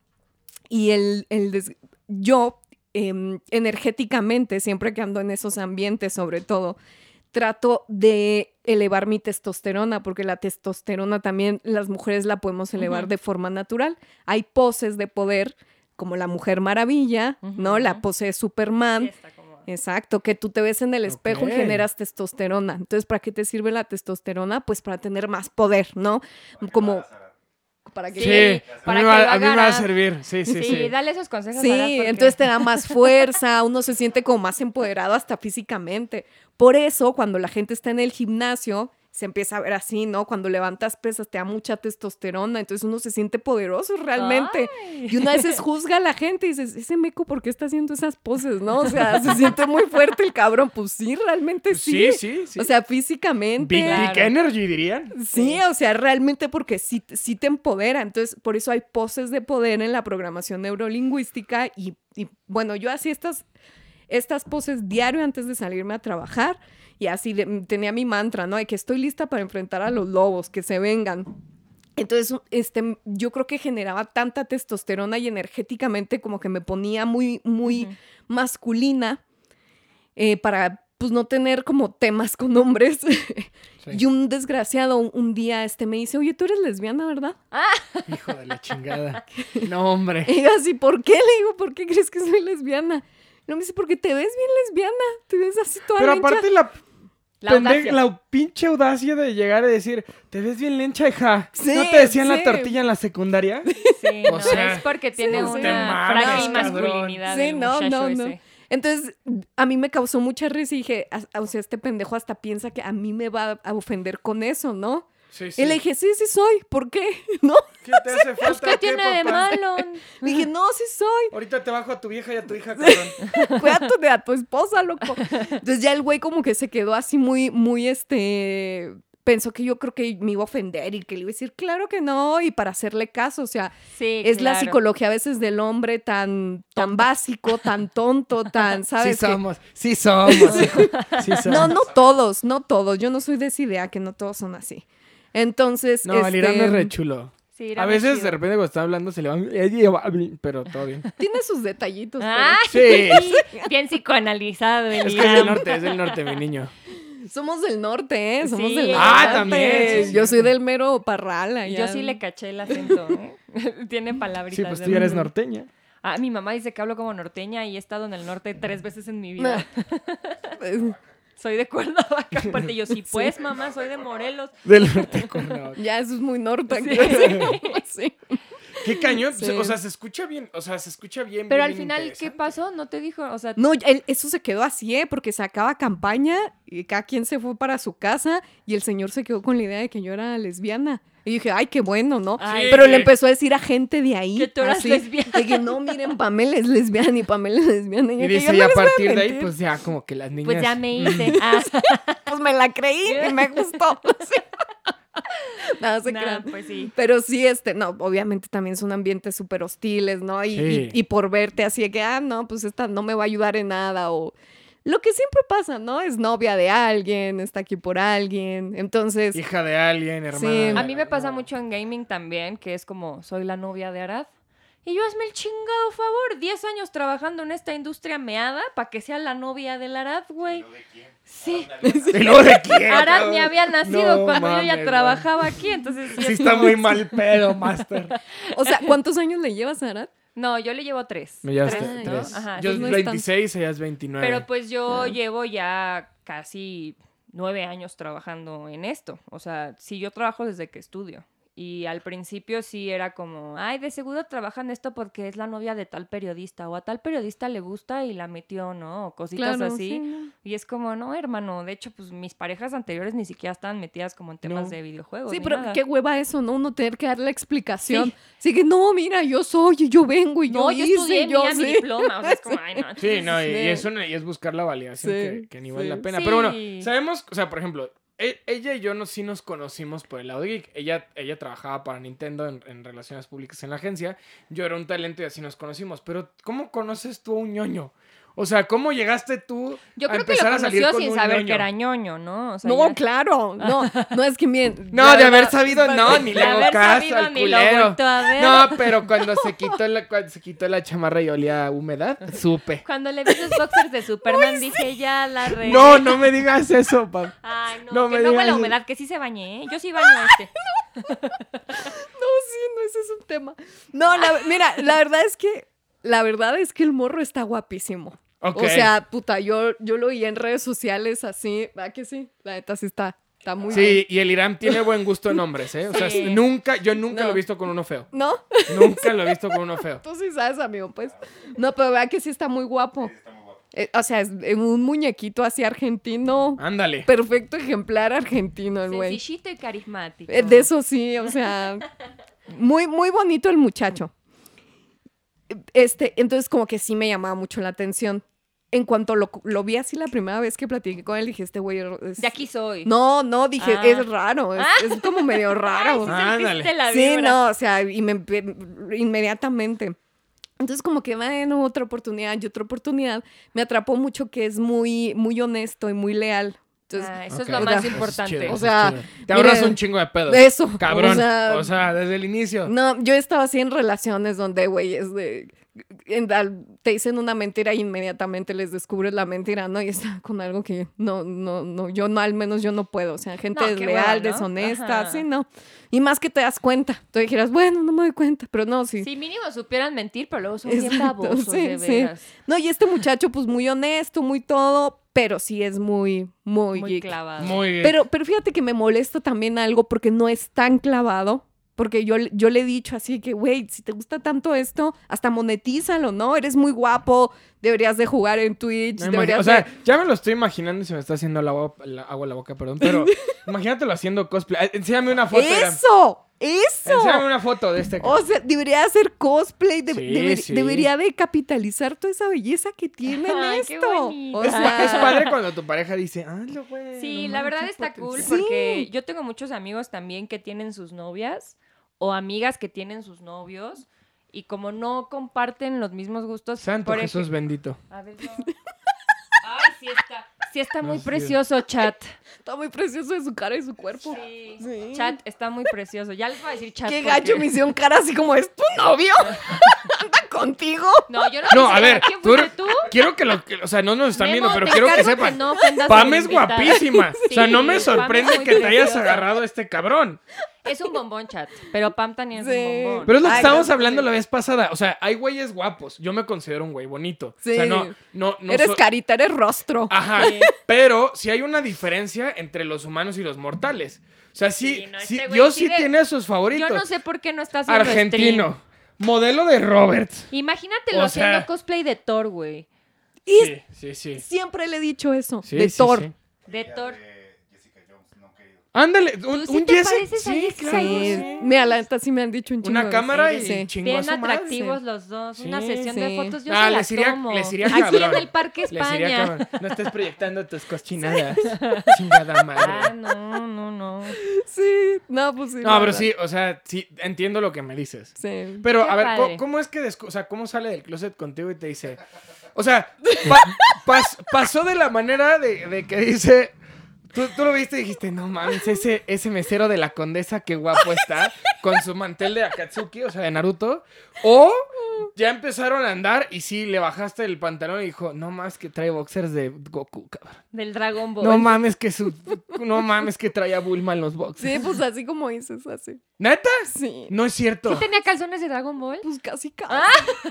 Speaker 3: y el, el des- yo em, energéticamente, siempre que ando en esos ambientes, sobre todo, trato de elevar mi testosterona, porque la testosterona también las mujeres la podemos elevar
Speaker 1: Ujú.
Speaker 3: de forma natural. Hay poses de poder, como la Mujer Maravilla, ¿no? La
Speaker 1: Ujú.
Speaker 3: pose de Superman.
Speaker 1: Sí, está como-
Speaker 3: Exacto, que tú te ves en el espejo
Speaker 2: Ok.
Speaker 3: y generas testosterona. Entonces, ¿para qué te sirve la testosterona? Pues para tener más poder, ¿no? Como para que
Speaker 2: Sí,
Speaker 1: Sí,
Speaker 2: a, mí
Speaker 1: para
Speaker 2: me
Speaker 1: que
Speaker 2: va,
Speaker 1: lo
Speaker 2: a mí me va a
Speaker 1: agarras.
Speaker 2: servir. Sí, sí, sí.
Speaker 1: Sí, dale esos consejos.
Speaker 3: Sí,
Speaker 1: Aras, porque-
Speaker 3: entonces te da más fuerza, uno se siente como más empoderado hasta físicamente. Por eso, cuando la gente está en el gimnasio, se empieza a ver así, ¿no? Cuando levantas pesas te da mucha testosterona, entonces uno se siente poderoso realmente.
Speaker 1: Ay.
Speaker 3: Y una vez juzga a la gente y dices, ese meco, ¿por qué está haciendo esas poses, no? O sea, se siente muy fuerte el cabrón. Pues sí, realmente
Speaker 2: sí, sí, sí.
Speaker 3: o sea, físicamente.
Speaker 2: Big,
Speaker 1: Claro.
Speaker 2: Dick Energy dirían.
Speaker 3: Sí, o sea, realmente porque sí, sí te empodera. Entonces, por eso hay poses de poder en la programación neurolingüística. Y, y, bueno, yo hacía estas, estas poses diario antes de salirme a trabajar. Y así de- tenía mi mantra, ¿no? De que estoy lista para enfrentar a los lobos, que se vengan. Entonces, este, yo creo que generaba tanta testosterona y energéticamente como que me ponía muy, muy
Speaker 1: Ujú.
Speaker 3: masculina eh, para, pues, no tener como temas con hombres.
Speaker 2: Sí.
Speaker 3: Y un desgraciado un, un día este me dice, oye, tú eres lesbiana, ¿verdad?
Speaker 2: Hijo de la chingada. No, hombre.
Speaker 3: Y yo así, ¿por qué? Le digo, ¿por qué crees que soy lesbiana? No me dice, porque te ves bien lesbiana, te ves así toda
Speaker 2: Pero
Speaker 3: lincha".
Speaker 2: aparte la,
Speaker 1: La
Speaker 2: pende-
Speaker 1: audacia.
Speaker 2: la pinche audacia de llegar a decir, te ves bien lencha, hija.
Speaker 3: Sí,
Speaker 2: ¿No te decían la
Speaker 3: sí.
Speaker 2: tortilla en la
Speaker 1: la...
Speaker 2: secundaria?
Speaker 1: Sí,
Speaker 2: O
Speaker 1: no,
Speaker 2: sea,
Speaker 1: es porque tiene
Speaker 3: sí, sí. Te
Speaker 1: una
Speaker 2: mames,
Speaker 1: frágil
Speaker 2: cabrón.
Speaker 1: masculinidad
Speaker 3: Sí,
Speaker 1: del
Speaker 3: no,
Speaker 1: muchacho
Speaker 3: no, no.
Speaker 1: ese.
Speaker 3: Entonces, a mí me causó mucha risa y dije, "As- o sea, este pendejo hasta piensa que a mí me va a ofender con eso, ¿no?
Speaker 2: Sí,
Speaker 3: Y le dije, sí, sí soy, ¿por qué? ¿No?
Speaker 2: ¿Qué te hace falta?
Speaker 1: Pues, ¿qué tiene de malo?
Speaker 3: Le dije, no, sí soy.
Speaker 2: Ahorita te bajo a tu vieja y a tu hija, cabrón.
Speaker 3: Fue a tu, a tu esposa, loco. Entonces ya el güey como que se quedó así muy, muy este... Pensó que yo creo que me iba a ofender y que le iba a decir, claro que no, y para hacerle caso, o sea,
Speaker 1: Sí,
Speaker 3: es la
Speaker 1: claro.
Speaker 3: psicología a veces del hombre tan, tan básico, tan tonto, tan,
Speaker 2: Sí
Speaker 3: ¿sabes? Que-
Speaker 2: somos, sí somos, hijo. Sí somos.
Speaker 3: No, no todos, no todos, yo no soy de esa idea, que no todos son así. Entonces,
Speaker 2: No, el Irán
Speaker 3: este,
Speaker 2: es re chulo.
Speaker 1: Sí, era
Speaker 2: A
Speaker 1: muy
Speaker 2: veces
Speaker 1: chido.
Speaker 2: de repente cuando está hablando se le va... Pero todo bien.
Speaker 3: tiene sus detallitos. pero
Speaker 2: Ah.
Speaker 1: ¡Ay!
Speaker 2: Sí.
Speaker 1: Ah, Bien psicoanalizado el
Speaker 2: Es que es del
Speaker 1: Irán.
Speaker 2: norte, es del norte, mi niño.
Speaker 3: Somos del norte, ¿eh? Somos
Speaker 1: Sí.
Speaker 3: del norte.
Speaker 2: Ah, también, sí,
Speaker 3: Yo soy
Speaker 2: cierto.
Speaker 3: del mero Parrala.
Speaker 1: Y
Speaker 3: ya.
Speaker 1: Yo sí le caché el acento. ¿eh? Tiene palabritas.
Speaker 2: Sí, pues
Speaker 1: de
Speaker 2: tú ya eres
Speaker 1: repente.
Speaker 2: norteña.
Speaker 1: Ah, mi mamá dice que hablo como norteña y he estado en el norte tres veces en mi vida. Soy de Cuernavaca. Aparte, yo sí, pues, mamá, soy de Morelos.
Speaker 2: Del norte. Cuernavaca.
Speaker 3: Ya, eso es muy norte.
Speaker 1: Sí.
Speaker 3: creo. Sí.
Speaker 2: Qué cañón.
Speaker 3: Sí.
Speaker 2: O sea, se escucha bien. O sea, se escucha bien.
Speaker 1: Pero al
Speaker 2: bien, bien
Speaker 1: final, ¿qué
Speaker 2: interesante.
Speaker 1: pasó? ¿No te dijo? O sea,
Speaker 3: No, él- eso se quedó así, ¿eh? Porque se acaba campaña y cada quien se fue para su casa y el señor se quedó con la idea de que yo era lesbiana. Y dije, ay, qué bueno, ¿no?
Speaker 1: Ay,
Speaker 2: Sí.
Speaker 3: Pero le empezó a decir a gente de ahí.
Speaker 1: Que tú eras
Speaker 3: así,
Speaker 1: lesbiana.
Speaker 3: De que no, miren, Pamela es lesbiana y Pamela es lesbiana. Y,
Speaker 2: Y
Speaker 3: yo,
Speaker 2: dice,
Speaker 3: "Yo no
Speaker 2: y a
Speaker 3: les voy
Speaker 2: partir de ahí,
Speaker 3: mentir".
Speaker 2: pues ya como que las niñas...
Speaker 1: pues ya me
Speaker 2: mm,
Speaker 1: hice. Ah,
Speaker 3: Pues me la creí y me gustó. Sí. Nada, se
Speaker 1: nah,
Speaker 3: crean.
Speaker 1: pues sí.
Speaker 3: Pero sí, este, no, obviamente también son ambientes súper hostiles, ¿no? Y,
Speaker 2: Sí.
Speaker 3: y- y por verte así de que, ah, no, pues esta no me va a ayudar en nada o... Lo que siempre pasa, ¿no? Es novia de alguien, está aquí por alguien. Entonces,
Speaker 2: Hija de alguien, hermana.
Speaker 3: Sí.
Speaker 1: A
Speaker 2: de
Speaker 1: mí me
Speaker 2: alguien,
Speaker 1: pasa
Speaker 2: no.
Speaker 1: mucho en gaming también, que es como, soy la novia de Arad. Y yo hazme el chingado favor, 10 años trabajando en esta industria meada para que sea la novia del Arad, güey. Sí.
Speaker 2: ¿Y luego de quién?
Speaker 1: Arad me había nacido
Speaker 2: No
Speaker 1: cuando yo ya
Speaker 2: mames,
Speaker 1: trabajaba aquí, entonces sí
Speaker 2: güey. Sí
Speaker 1: es
Speaker 2: está
Speaker 1: como-
Speaker 2: muy mal pedo, Master.
Speaker 3: o sea, ¿cuántos años le llevas a Arad?
Speaker 1: No, yo le llevo tres.
Speaker 2: Me llevas
Speaker 1: Tres,
Speaker 2: tres.
Speaker 1: ¿no? Ajá,
Speaker 2: Yo
Speaker 3: entonces no es tanto.
Speaker 2: 26, ella es 29.
Speaker 1: Pero pues yo
Speaker 3: Ah.
Speaker 1: llevo ya casi nueve años trabajando en esto. O sea, sí, yo trabajo desde que estudio. Y al principio sí era como, ay, de seguro trabajan esto porque es la novia de tal periodista o a tal periodista le gusta y la metió, ¿no? O cositas así.
Speaker 3: sí, ¿no?
Speaker 1: Y es como, no, hermano, de hecho, pues mis parejas anteriores ni siquiera estaban metidas como en temas
Speaker 2: No.
Speaker 1: de videojuegos.
Speaker 3: Sí,
Speaker 1: Pues ni
Speaker 3: pero
Speaker 1: nada.
Speaker 3: qué hueva eso, ¿no? Uno tener que dar la explicación.
Speaker 1: Sí.
Speaker 3: Así que, no, mira, yo soy y yo vengo y
Speaker 1: No,
Speaker 3: yo,
Speaker 1: yo
Speaker 3: hice,
Speaker 1: estudié,
Speaker 3: yo
Speaker 1: mira mi
Speaker 3: sí.
Speaker 1: diploma. O sea, es como, ay, no.
Speaker 2: Sí, no, y,
Speaker 3: Sí.
Speaker 2: y es, una- y es buscar la validación
Speaker 3: Sí,
Speaker 2: que, que ni vale
Speaker 3: sí.
Speaker 2: la pena. Pero bueno,
Speaker 1: Sí.
Speaker 2: sabemos, o sea, por ejemplo, e- ella y yo no, sí nos conocimos por el lado geek. Ella, ella trabajaba para Nintendo en, en relaciones públicas en la agencia. Yo era un talento y así nos conocimos. Pero, ¿cómo conoces tú a un ñoño? O sea, ¿cómo llegaste tú
Speaker 1: Yo
Speaker 2: a
Speaker 1: creo que lo
Speaker 2: empezar a salir
Speaker 1: conoció
Speaker 2: con
Speaker 1: sin
Speaker 2: un
Speaker 1: saber
Speaker 2: ñoño?
Speaker 1: que era ñoño, ¿no? O sea,
Speaker 3: No,
Speaker 1: ya-
Speaker 3: claro, no, no es que miren.
Speaker 2: No,
Speaker 3: la
Speaker 2: de haber
Speaker 3: verdad,
Speaker 2: sabido, no, ni le
Speaker 1: de
Speaker 2: hago
Speaker 1: haber
Speaker 2: caso
Speaker 1: sabido,
Speaker 2: al
Speaker 1: ni lo
Speaker 2: culero.
Speaker 1: volteo a ver.
Speaker 2: No, pero cuando se quitó la, cuando se quitó la chamarra y olía a humedad, supe.
Speaker 1: Cuando le vi los boxers de Superman, dije, ya la regué.
Speaker 2: No, no me digas eso, papá.
Speaker 1: Ay, no,
Speaker 2: no
Speaker 1: que
Speaker 2: me
Speaker 1: no huele a
Speaker 2: digas-
Speaker 1: humedad, que sí se bañé, ¿eh? Yo sí baño a este.
Speaker 3: No, sí, no, ese es un tema. No, la- mira, la verdad es que, la verdad es que el morro está guapísimo.
Speaker 2: Ok.
Speaker 3: O sea, puta, yo, yo lo vi en redes sociales así, ¿verdad que sí? La neta sí está, está muy bien.
Speaker 2: Sí, y el Irán tiene buen gusto en hombres, ¿eh? O sea,
Speaker 1: Sí.
Speaker 2: nunca, yo nunca
Speaker 3: No.
Speaker 2: lo he visto con uno feo.
Speaker 3: ¿No?
Speaker 2: Nunca lo he visto con uno feo.
Speaker 3: Tú sí sabes, amigo, pues. No, pero ¿verdad que sí está muy guapo? Eh, o sea, es eh, un muñequito así argentino,
Speaker 2: Ándale.
Speaker 3: perfecto ejemplar argentino el güey.
Speaker 1: Sencillito y carismático.
Speaker 3: Eh, De eso sí, o sea, muy, muy bonito el muchacho. Este, entonces como que sí me llamaba mucho la atención. En cuanto lo, lo vi así la primera vez que platiqué con él, dije, este güey es-
Speaker 1: De aquí soy.
Speaker 3: No, no, dije,
Speaker 1: Ah.
Speaker 3: es raro, es, es como medio raro.
Speaker 2: Ah, Ándale.
Speaker 1: Sentiste la
Speaker 3: sí,
Speaker 1: vibra.
Speaker 3: no, o sea, y me empe- inmediatamente. Entonces como que, bueno, otra oportunidad y otra oportunidad. Me atrapó mucho que es muy, muy honesto y muy leal. Entonces,
Speaker 1: Ah, eso es
Speaker 2: Ok.
Speaker 1: lo
Speaker 3: O
Speaker 1: más
Speaker 3: sea,
Speaker 2: Eso es
Speaker 1: importante.
Speaker 2: chido,
Speaker 3: O
Speaker 2: eso es
Speaker 3: sea,
Speaker 2: chido. te
Speaker 3: mire,
Speaker 2: ahorras un chingo de pedos.
Speaker 3: eso,
Speaker 2: Cabrón.
Speaker 3: o sea-
Speaker 2: desde el inicio.
Speaker 3: No, yo he estado así en relaciones donde, güey, es de... en- al- te dicen una mentira e inmediatamente les descubres la mentira, ¿no? Y está con algo que no, no, no, yo no, al menos yo no puedo. O sea, gente
Speaker 1: No, qué hueva,
Speaker 3: desleal,
Speaker 1: ¿no?
Speaker 3: deshonesta,
Speaker 1: Ajá.
Speaker 3: sí, no. Y más que te das cuenta. Tú dijeras, bueno, no me doy cuenta, pero no, sí.
Speaker 1: Si mínimo supieran mentir, pero luego son bien
Speaker 3: Exacto,
Speaker 1: babosos,
Speaker 3: sí,
Speaker 1: de
Speaker 3: sí.
Speaker 1: veras.
Speaker 3: No, y este muchacho, pues muy honesto, muy todo, pero sí es muy, muy,
Speaker 1: Muy
Speaker 3: geek.
Speaker 1: clavado.
Speaker 2: Muy bien.
Speaker 3: Pero, pero fíjate que me molesta también algo porque no es tan clavado. Porque yo, le- yo le he dicho así que, güey, si te gusta tanto esto, hasta monetízalo, ¿no? Eres muy guapo, deberías de jugar en Twitch,
Speaker 2: No imagi-
Speaker 3: deberías
Speaker 2: o sea,
Speaker 3: de...
Speaker 2: ya me lo estoy imaginando y se me está haciendo la agua, la agua a la boca, perdón. Pero imagínatelo haciendo cosplay. Ah, Enséñame una foto. Irán.
Speaker 3: ¡Eso! ¡Eso!
Speaker 2: Enséñame una foto de este.
Speaker 3: O sea, debería hacer cosplay, de-
Speaker 2: Sí,
Speaker 3: deber-
Speaker 2: sí.
Speaker 3: debería de capitalizar toda esa belleza que tiene en
Speaker 1: Ay, qué
Speaker 3: esto.
Speaker 1: bonito.
Speaker 3: O
Speaker 2: Es, pa-
Speaker 3: sea,
Speaker 2: es padre cuando tu pareja dice, hazlo, güey.
Speaker 1: Sí,
Speaker 2: no
Speaker 1: la
Speaker 2: manches,
Speaker 1: verdad está
Speaker 2: potencial".
Speaker 1: cool
Speaker 3: Sí.
Speaker 1: porque yo tengo muchos amigos también que tienen sus novias o amigas que tienen sus novios y como no comparten los mismos gustos,
Speaker 2: Santo
Speaker 1: por ej-
Speaker 2: Jesús bendito.
Speaker 1: A ver, no. Ay, sí está. Sí está
Speaker 2: No,
Speaker 1: muy
Speaker 2: sí.
Speaker 1: precioso, chat.
Speaker 3: está muy precioso de su cara y su cuerpo.
Speaker 1: Sí.
Speaker 3: Sí.
Speaker 1: Chat está muy precioso. Ya les voy a decir chat.
Speaker 3: Qué
Speaker 1: porque-
Speaker 3: gacho me hicieron cara así como, ¿es tu novio? ¿Anda contigo?
Speaker 1: No, yo no
Speaker 2: No,
Speaker 1: quise-
Speaker 2: a ver,
Speaker 1: ¿Quién
Speaker 2: tú-
Speaker 1: fuiste tú?
Speaker 2: Quiero que lo. que- o sea, no nos están
Speaker 1: Memo,
Speaker 2: viendo, pero
Speaker 1: te
Speaker 2: quiero que
Speaker 1: encargo
Speaker 2: sepan.
Speaker 1: no ofendas a
Speaker 2: Pam
Speaker 1: la
Speaker 2: es
Speaker 1: invitada.
Speaker 2: guapísima. o sea,
Speaker 1: Sí,
Speaker 2: no me
Speaker 1: Pam es
Speaker 2: sorprende
Speaker 1: muy
Speaker 2: que te hayas
Speaker 1: preciosa.
Speaker 2: agarrado a este cabrón.
Speaker 1: Es un bombón chat, pero Pam también es
Speaker 3: Sí.
Speaker 1: un bombón.
Speaker 2: Pero es lo que
Speaker 3: Ay,
Speaker 2: estábamos
Speaker 3: no,
Speaker 2: hablando
Speaker 3: sí.
Speaker 2: la vez pasada. O sea, hay güeyes guapos. Yo me considero un güey bonito.
Speaker 3: Sí.
Speaker 2: O sea, no, no, no.
Speaker 3: eres
Speaker 2: so-
Speaker 3: carita, eres rostro.
Speaker 2: Ajá. Pero sí hay una diferencia entre los humanos y los mortales. O sea, sí,
Speaker 1: Sí, no,
Speaker 2: sí-
Speaker 1: este güey
Speaker 2: Dios
Speaker 1: sí
Speaker 2: sí
Speaker 1: de-
Speaker 2: tiene a sus favoritos.
Speaker 1: yo no sé por qué no estás haciendo stream.
Speaker 2: Argentino. Modelo de Roberts.
Speaker 1: Imagínatelo
Speaker 2: O sea-
Speaker 1: haciendo cosplay de Thor, güey.
Speaker 3: Y
Speaker 2: Sí, sí, sí.
Speaker 3: siempre le he dicho eso,
Speaker 2: Sí,
Speaker 3: de
Speaker 2: sí,
Speaker 3: Thor.
Speaker 2: sí.
Speaker 1: De Thor.
Speaker 4: de Jessica Jones, no querido.
Speaker 2: Ándale, un,
Speaker 1: ¿Tú sí
Speaker 2: un
Speaker 1: te
Speaker 2: Jesse-
Speaker 1: pareces a
Speaker 2: sí,
Speaker 1: Jessica
Speaker 2: claro,
Speaker 1: Jones?
Speaker 2: sí.
Speaker 3: Mira, la neta sí me han dicho un chingo.
Speaker 2: Una
Speaker 3: de
Speaker 2: cámara
Speaker 3: veces,
Speaker 2: y
Speaker 3: sí.
Speaker 2: chingó a
Speaker 1: Bien
Speaker 2: su madre.
Speaker 1: atractivos los dos. Una
Speaker 2: Sí,
Speaker 1: sesión
Speaker 3: sí.
Speaker 1: de fotos. Yo
Speaker 2: Ah,
Speaker 1: se las
Speaker 2: les iría-
Speaker 1: tomo.
Speaker 2: les iría
Speaker 1: Aquí
Speaker 2: cabrón.
Speaker 1: en el Parque
Speaker 2: Les
Speaker 1: España.
Speaker 2: diría, cabrón, no estés proyectando tus cochinadas. Chingada
Speaker 1: Ah,
Speaker 2: madre.
Speaker 1: no, no, no.
Speaker 3: Sí, no, pues sí. la
Speaker 2: No, pero
Speaker 3: verdad.
Speaker 2: sí, o sea, sí, entiendo lo que me dices.
Speaker 3: Sí.
Speaker 2: Pero,
Speaker 1: Qué
Speaker 2: a ver,
Speaker 1: padre.
Speaker 2: ¿cómo, cómo es que, descu- o sea, cómo sale del closet contigo y te dice, o sea, pa- pas- pasó de la manera de, de que dice, tú, tú lo viste y dijiste, no mames, ese, ese mesero de la condesa, qué guapo está, con su mantel de Akatsuki, o sea, de Naruto, o ya empezaron a andar y sí, le bajaste el pantalón y dijo, no mames, que trae boxers de Goku, cabrón.
Speaker 1: Del Dragon Ball.
Speaker 2: No mames, que su, no mames, que traía Bulma en los boxers.
Speaker 3: Sí, pues así como dices, así.
Speaker 2: ¿Neta?
Speaker 3: Sí.
Speaker 2: No es cierto.
Speaker 1: ¿Sí tenía calzones de Dragon Ball?
Speaker 3: Pues casi casi.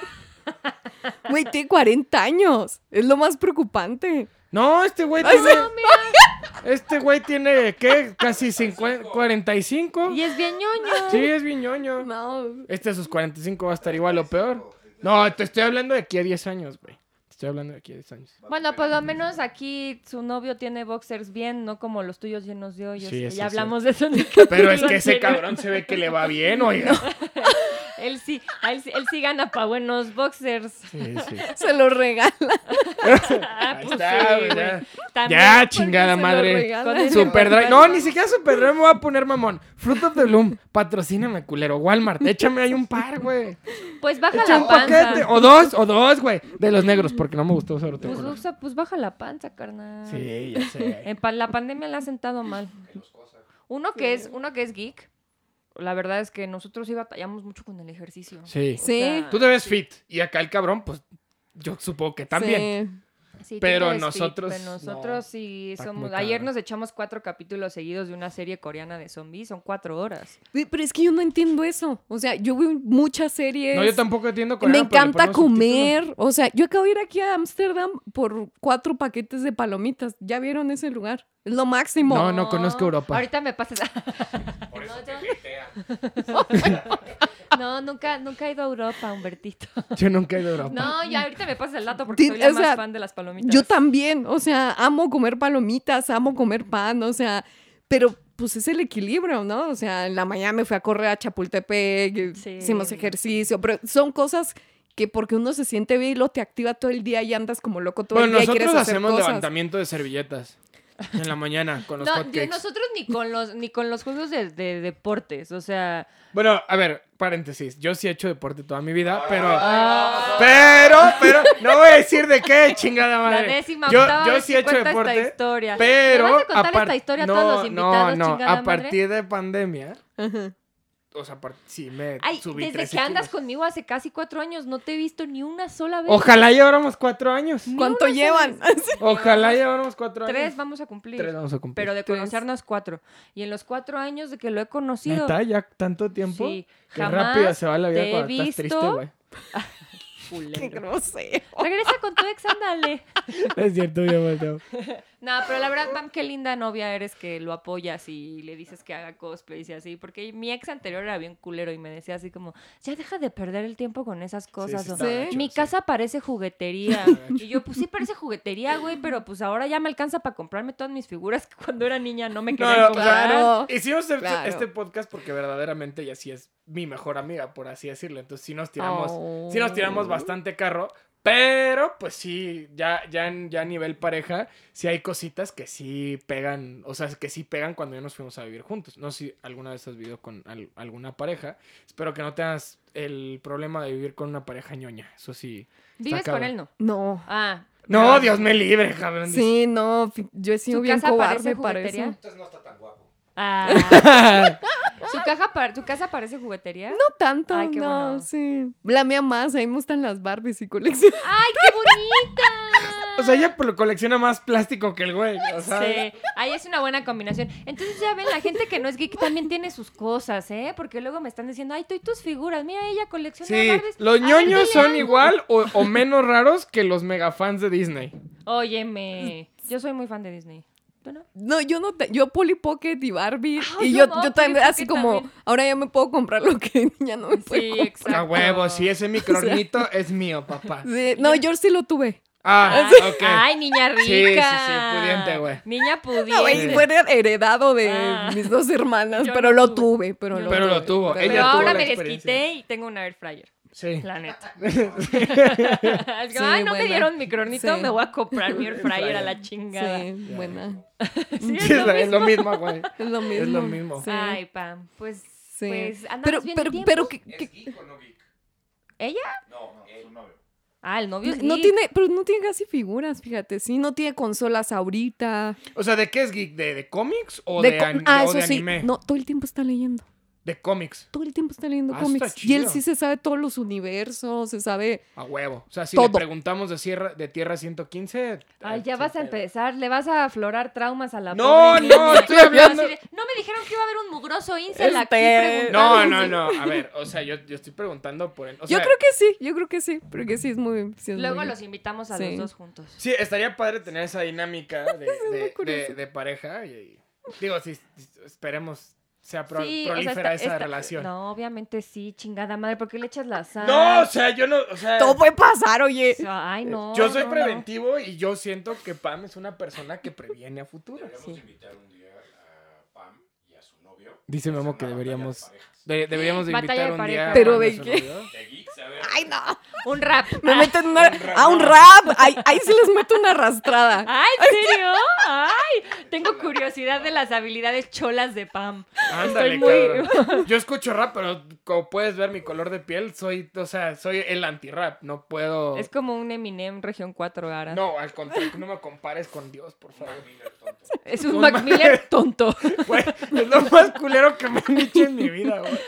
Speaker 3: Güey, tiene 40 años. Es lo más preocupante.
Speaker 2: No, este güey
Speaker 3: Ay,
Speaker 2: tiene...
Speaker 1: No, mira.
Speaker 2: Este güey tiene, ¿qué? Casi 50, 45.
Speaker 1: Y es bien ñoño.
Speaker 2: Sí, es bien ñoño.
Speaker 3: No.
Speaker 2: Este a sus 45 va a estar igual o peor. No, te estoy hablando de aquí a 10 años, güey. Te estoy hablando de aquí a 10 años.
Speaker 1: Bueno, por lo menos aquí su novio tiene boxers bien, no como los tuyos llenos de hoyos.
Speaker 2: Sí,
Speaker 1: que
Speaker 2: eso
Speaker 1: ya
Speaker 2: es
Speaker 1: hablamos de eso en el capítulo
Speaker 2: Pero es que ese
Speaker 1: anterior.
Speaker 2: cabrón se ve que le va bien, oiga.
Speaker 1: Él sí, a él, sí- él sí gana pa' buenos boxers.
Speaker 2: Sí, sí.
Speaker 3: Se lo regala.
Speaker 1: Ah,
Speaker 2: Ahí
Speaker 1: pues
Speaker 2: está,
Speaker 1: sí,
Speaker 2: güey,
Speaker 1: güey.
Speaker 2: ya.
Speaker 1: También-
Speaker 2: Ya,
Speaker 3: porque
Speaker 2: chingada
Speaker 3: se lo
Speaker 2: madre.
Speaker 3: regala.
Speaker 1: Con eso-
Speaker 2: Superdrive. No, ni siquiera Superdrive me voy a poner mamón. Fruit of the Bloom, patrocíname, culero. Walmart, échame ahí un par, güey.
Speaker 1: Pues baja
Speaker 2: Echa
Speaker 1: la
Speaker 2: un paquete.
Speaker 1: panza.
Speaker 2: O dos, o dos, güey. De los negros, porque no me gustó sobre todo.
Speaker 1: Pues, usa- pues baja la panza, carnal.
Speaker 2: Sí, ya sé.
Speaker 1: En pa- la pandemia le ha sentado mal. Uno que es, uno que es geek, la verdad es que nosotros sí batallamos mucho con el ejercicio.
Speaker 2: Sí.
Speaker 1: O
Speaker 3: Sí.
Speaker 1: sea,
Speaker 2: Tú te ves fit. Y acá el cabrón, pues yo supongo que también.
Speaker 1: sí, tú
Speaker 2: pero
Speaker 1: te ves fit,
Speaker 2: nosotros
Speaker 1: pero
Speaker 2: no.
Speaker 1: nosotros sí
Speaker 2: Está
Speaker 1: somos.
Speaker 2: muy
Speaker 1: Ayer
Speaker 2: cabrón.
Speaker 1: nos echamos cuatro capítulos seguidos de una serie coreana de zombies, son cuatro horas.
Speaker 3: Güey, Pero es que yo no entiendo eso. O sea, yo veo muchas series.
Speaker 2: No, yo tampoco entiendo
Speaker 3: me
Speaker 2: coreano, pero le
Speaker 3: encanta
Speaker 2: ponemos subtítulos.
Speaker 3: comer. O sea, yo acabo de ir aquí a Ámsterdam por cuatro paquetes de palomitas. ¿Ya vieron ese lugar? Es lo máximo.
Speaker 2: No, no conozco Europa.
Speaker 1: Ahorita me pasas.
Speaker 4: Por eso
Speaker 1: No,
Speaker 4: te
Speaker 1: yo-
Speaker 4: jetea.
Speaker 1: no, nunca, nunca he ido a Europa, Humbertito.
Speaker 2: Yo nunca he ido a Europa.
Speaker 1: No, ya ahorita me pasas el dato porque
Speaker 3: Di-
Speaker 1: soy la
Speaker 3: o sea,
Speaker 1: más fan de las palomitas.
Speaker 3: Yo también. O sea, amo comer palomitas, amo comer pan. O sea, pero pues es el equilibrio, ¿no? O sea, en la mañana me fui a correr a Chapultepec, eh,
Speaker 1: Sí.
Speaker 3: hicimos ejercicio. Pero son cosas que porque uno se siente bien y lo te activa todo el día y andas como loco todo
Speaker 2: bueno,
Speaker 3: el día y
Speaker 2: nosotros
Speaker 3: quieres hacer
Speaker 2: hacemos
Speaker 3: cosas.
Speaker 2: levantamiento de servilletas en la mañana con los
Speaker 1: No, yo-
Speaker 2: hotcakes.
Speaker 1: nosotros ni con los ni con los juegos de, de deportes, o sea,
Speaker 2: Bueno, a ver, paréntesis. Yo sí he hecho deporte toda mi vida, pero.
Speaker 1: Ah.
Speaker 2: Pero, pero, no voy a decir de qué, chingada
Speaker 1: la
Speaker 2: madre.
Speaker 1: décima
Speaker 2: yo,
Speaker 1: octava
Speaker 2: yo
Speaker 1: vez
Speaker 2: sí
Speaker 1: que
Speaker 2: he hecho
Speaker 1: cuenta esta
Speaker 2: deporte.
Speaker 1: historia. ¿Le
Speaker 2: Pero.
Speaker 1: vas a contar
Speaker 2: apar-
Speaker 1: esta historia
Speaker 2: no,
Speaker 1: a todos los invitados,
Speaker 2: no, no.
Speaker 1: chingada
Speaker 2: A
Speaker 1: madre?
Speaker 2: partir de pandemia.
Speaker 3: Ajá.
Speaker 2: O sea, par- sí me
Speaker 1: Ay,
Speaker 2: subí
Speaker 1: desde que
Speaker 2: 13
Speaker 1: andas
Speaker 2: kilos.
Speaker 1: conmigo hace casi cuatro años, no te he visto ni una sola vez.
Speaker 2: Ojalá lleváramos cuatro años.
Speaker 3: ¿Cuánto llevan?
Speaker 2: Ojalá lleváramos cuatro
Speaker 1: Tres
Speaker 2: años.
Speaker 1: vamos a cumplir.
Speaker 2: Tres vamos a cumplir.
Speaker 1: Pero de
Speaker 3: Tres.
Speaker 1: conocernos cuatro. Y en los cuatro años de que lo he conocido.
Speaker 2: ¿Neta? ¿Ya tanto tiempo?
Speaker 1: Sí,
Speaker 2: Qué
Speaker 1: jamás
Speaker 2: rápida se va la vida
Speaker 1: te he
Speaker 2: cuando estás
Speaker 1: visto.
Speaker 2: triste, güey.
Speaker 1: culero.
Speaker 3: Qué grosero.
Speaker 1: Regresa con tu ex, ándale.
Speaker 2: Es cierto, yo volteo.
Speaker 1: No, pero la verdad, Pam, qué linda novia eres que lo apoyas y le dices que haga cosplays y así. Porque mi ex anterior era bien culero y me decía así como, ya deja de perder el tiempo con esas cosas.
Speaker 2: sí,
Speaker 1: o,
Speaker 2: está gacho,
Speaker 1: Mi
Speaker 2: sí.
Speaker 1: casa parece juguetería. y yo, pues sí parece juguetería, güey, pero pues ahora ya me alcanza para comprarme todas mis figuras que cuando era niña no me
Speaker 2: No,
Speaker 1: querían
Speaker 2: no,
Speaker 1: comprar.
Speaker 3: Claro.
Speaker 2: Hicimos este,
Speaker 3: Claro.
Speaker 2: este podcast porque verdaderamente y así es mi mejor amiga, por así decirlo. Entonces sí nos tiramos,
Speaker 3: Oh.
Speaker 2: sí nos tiramos bastante carro, pero pues sí, ya, ya, en- ya a nivel pareja, sí hay cositas que sí pegan, o sea, que sí pegan cuando ya nos fuimos a vivir juntos. No sé si alguna vez has vivido con al- alguna pareja. Espero que no tengas el problema de vivir con una pareja ñoña. Eso sí. está
Speaker 1: Vives con
Speaker 2: cabrón.
Speaker 1: él, ¿no?
Speaker 3: No.
Speaker 1: Ah.
Speaker 2: No, Dios me libre, cabrón.
Speaker 3: Sí, no, fi- yo he sido
Speaker 1: ¿Su
Speaker 3: bien
Speaker 1: casa
Speaker 3: cobarde
Speaker 1: parece
Speaker 3: para
Speaker 1: juguetería?
Speaker 3: eso.
Speaker 4: Entonces no está tan guapo.
Speaker 1: Ah. ¿Su, caja par- ¿Su casa parece juguetería?
Speaker 3: No tanto,
Speaker 1: Ay, qué
Speaker 3: no,
Speaker 1: bueno.
Speaker 3: sí. La mía más, a mí me gustan las Barbies y colección.
Speaker 1: ¡Ay, qué bonita!
Speaker 2: O sea, ella pues, colecciona más plástico que el güey. O sea,
Speaker 1: Sí, ahí es una buena combinación. Entonces ya ven, la gente que no es geek también tiene sus cosas, ¿eh? Porque luego me están diciendo, ay, tú y tus figuras, mira, ella colecciona
Speaker 2: Sí,
Speaker 1: Barbies". A
Speaker 2: los
Speaker 1: ver, dile
Speaker 2: ñoños son
Speaker 1: algo.
Speaker 2: igual o, o menos raros que los megafans de Disney.
Speaker 1: Óyeme, yo soy muy fan de Disney. ¿Tú no?
Speaker 3: No, yo no, te- yo Polly Pocket y Barbie.
Speaker 1: Ah,
Speaker 3: y
Speaker 1: yo
Speaker 3: yo,
Speaker 1: no,
Speaker 3: yo también,
Speaker 1: Polly
Speaker 3: así
Speaker 1: Pocket
Speaker 3: como,
Speaker 1: también.
Speaker 3: ahora ya me puedo comprar lo que ya no me puedo
Speaker 1: Sí,
Speaker 3: comprar.
Speaker 1: exacto.
Speaker 2: A huevo, si ese micronito es mío, papá.
Speaker 3: Sí, no, yo sí lo tuve.
Speaker 2: Ah,
Speaker 1: Ay,
Speaker 2: ok.
Speaker 1: Ay, niña rica.
Speaker 2: Sí, sí, sí, pudiente, güey.
Speaker 1: Niña pudiente.
Speaker 3: No, güey, fue heredado de
Speaker 1: este. Ah.
Speaker 3: mis dos hermanas,
Speaker 1: Yo
Speaker 3: pero
Speaker 1: no
Speaker 3: lo
Speaker 1: tuve.
Speaker 3: tuve, pero,
Speaker 1: Yo
Speaker 3: lo,
Speaker 1: no
Speaker 2: Pero lo
Speaker 3: tuve.
Speaker 2: tuvo,
Speaker 3: Pero-
Speaker 1: Pero
Speaker 2: ella tuvo
Speaker 1: ahora
Speaker 2: la
Speaker 1: me
Speaker 2: experiencia.
Speaker 1: desquité y tengo una air fryer,
Speaker 2: Sí.
Speaker 1: la neta. Es que, ay, no
Speaker 3: buena.
Speaker 1: me dieron micronito,
Speaker 3: Sí.
Speaker 1: me voy a comprar mi air fryer a la chingada. Sí,
Speaker 3: Sí, buena.
Speaker 1: es
Speaker 2: Sí,
Speaker 1: lo
Speaker 2: es
Speaker 1: mismo.
Speaker 2: lo mismo, güey.
Speaker 3: Es lo mismo.
Speaker 2: Es lo mismo.
Speaker 3: Sí.
Speaker 1: Ay, Pam, pues,
Speaker 3: sí.
Speaker 1: pues andamos
Speaker 3: pero,
Speaker 1: bien de
Speaker 3: pero,
Speaker 1: tiempos.
Speaker 3: pero, que- que-
Speaker 4: ¿Es geek o no geek?
Speaker 1: ¿Ella?
Speaker 4: No, no, su novio.
Speaker 1: Ah, el novio es
Speaker 3: No
Speaker 1: geek.
Speaker 3: tiene, pero no tiene casi figuras, fíjate, sí, no tiene consolas ahorita.
Speaker 2: O sea, ¿de qué es geek? ¿De, de cómics o
Speaker 3: De
Speaker 2: de,
Speaker 3: co-
Speaker 2: an-
Speaker 3: ah,
Speaker 2: o
Speaker 3: eso
Speaker 2: de
Speaker 3: sí,
Speaker 2: anime?
Speaker 3: no, todo el tiempo está leyendo,
Speaker 2: De cómics,
Speaker 3: todo el tiempo está leyendo
Speaker 2: Ah,
Speaker 3: cómics.
Speaker 2: está
Speaker 3: Y él
Speaker 2: chido.
Speaker 3: sí se sabe todos los universos, se sabe,
Speaker 2: a huevo. O sea, si le
Speaker 3: Todo.
Speaker 2: preguntamos de, Sierra, de Tierra 115...
Speaker 1: Ay,
Speaker 2: eh,
Speaker 1: ya
Speaker 2: sí,
Speaker 1: vas a
Speaker 2: pero-
Speaker 1: empezar, le vas a aflorar traumas a la
Speaker 2: No,
Speaker 1: pobre
Speaker 2: no,
Speaker 1: niña.
Speaker 2: estoy hablando-
Speaker 1: Así de, No me dijeron que iba a haber un mugroso incel aquí
Speaker 3: Este-
Speaker 2: No,
Speaker 1: preguntando".
Speaker 2: no, no. A ver, o sea, yo, yo estoy preguntando por... él. O
Speaker 3: yo
Speaker 2: sea,
Speaker 3: creo que sí, yo creo que sí, porque sí es muy... sí es
Speaker 1: Luego
Speaker 3: muy-
Speaker 1: los invitamos a
Speaker 3: Sí.
Speaker 1: los dos juntos.
Speaker 2: Sí, estaría padre tener esa dinámica de, de-
Speaker 3: muy curioso.
Speaker 2: de- de pareja. Y, y- digo, si esperemos sea pro-
Speaker 1: Sí, o sea,
Speaker 2: prolífera
Speaker 1: está-
Speaker 2: esa
Speaker 1: está-
Speaker 2: relación. No.
Speaker 1: No, obviamente sí, chingada madre, ¿por qué le echas la sal?
Speaker 2: o sea, yo no, o sea,
Speaker 3: Todo puede pasar, oye.
Speaker 1: Ay, no.
Speaker 2: yo soy
Speaker 1: no, no.
Speaker 2: preventivo y yo siento que Pam es una persona que previene a futuro.
Speaker 4: Deberíamos invitar un día a Pam y a su novio. novio.
Speaker 2: Dice Memo
Speaker 4: hacer
Speaker 2: que
Speaker 4: una batalla
Speaker 2: deberíamos-
Speaker 4: De, parejas.
Speaker 2: De- deberíamos de
Speaker 1: Batalla
Speaker 2: invitar
Speaker 1: de
Speaker 2: un día.
Speaker 1: parejas.
Speaker 2: a
Speaker 3: ¿Pero
Speaker 2: Juan
Speaker 3: de
Speaker 2: su
Speaker 3: qué?
Speaker 2: novio.
Speaker 4: De geeks, a ver.
Speaker 3: Ay, no.
Speaker 1: Un rap.
Speaker 3: Me
Speaker 1: Ah,
Speaker 3: meten una, a un rap. Ahí, ahí sí les meto una arrastrada.
Speaker 1: ¡Ay, ¿en serio! ¡Ay! Tengo curiosidad de las habilidades cholas de Pam.
Speaker 2: Ándale,
Speaker 1: Estoy muy-
Speaker 2: cabrón. Yo escucho rap, pero como puedes ver mi color de piel, soy, o sea, soy el anti-rap. No puedo.
Speaker 1: Es como un Eminem Región 4 ahora.
Speaker 2: No, al contrario, no me compares con Dios, por favor.
Speaker 1: Es un
Speaker 2: Un
Speaker 1: Mac
Speaker 2: ma-
Speaker 1: Miller tonto.
Speaker 2: Güey, es lo más culero que me han dicho en mi vida, güey.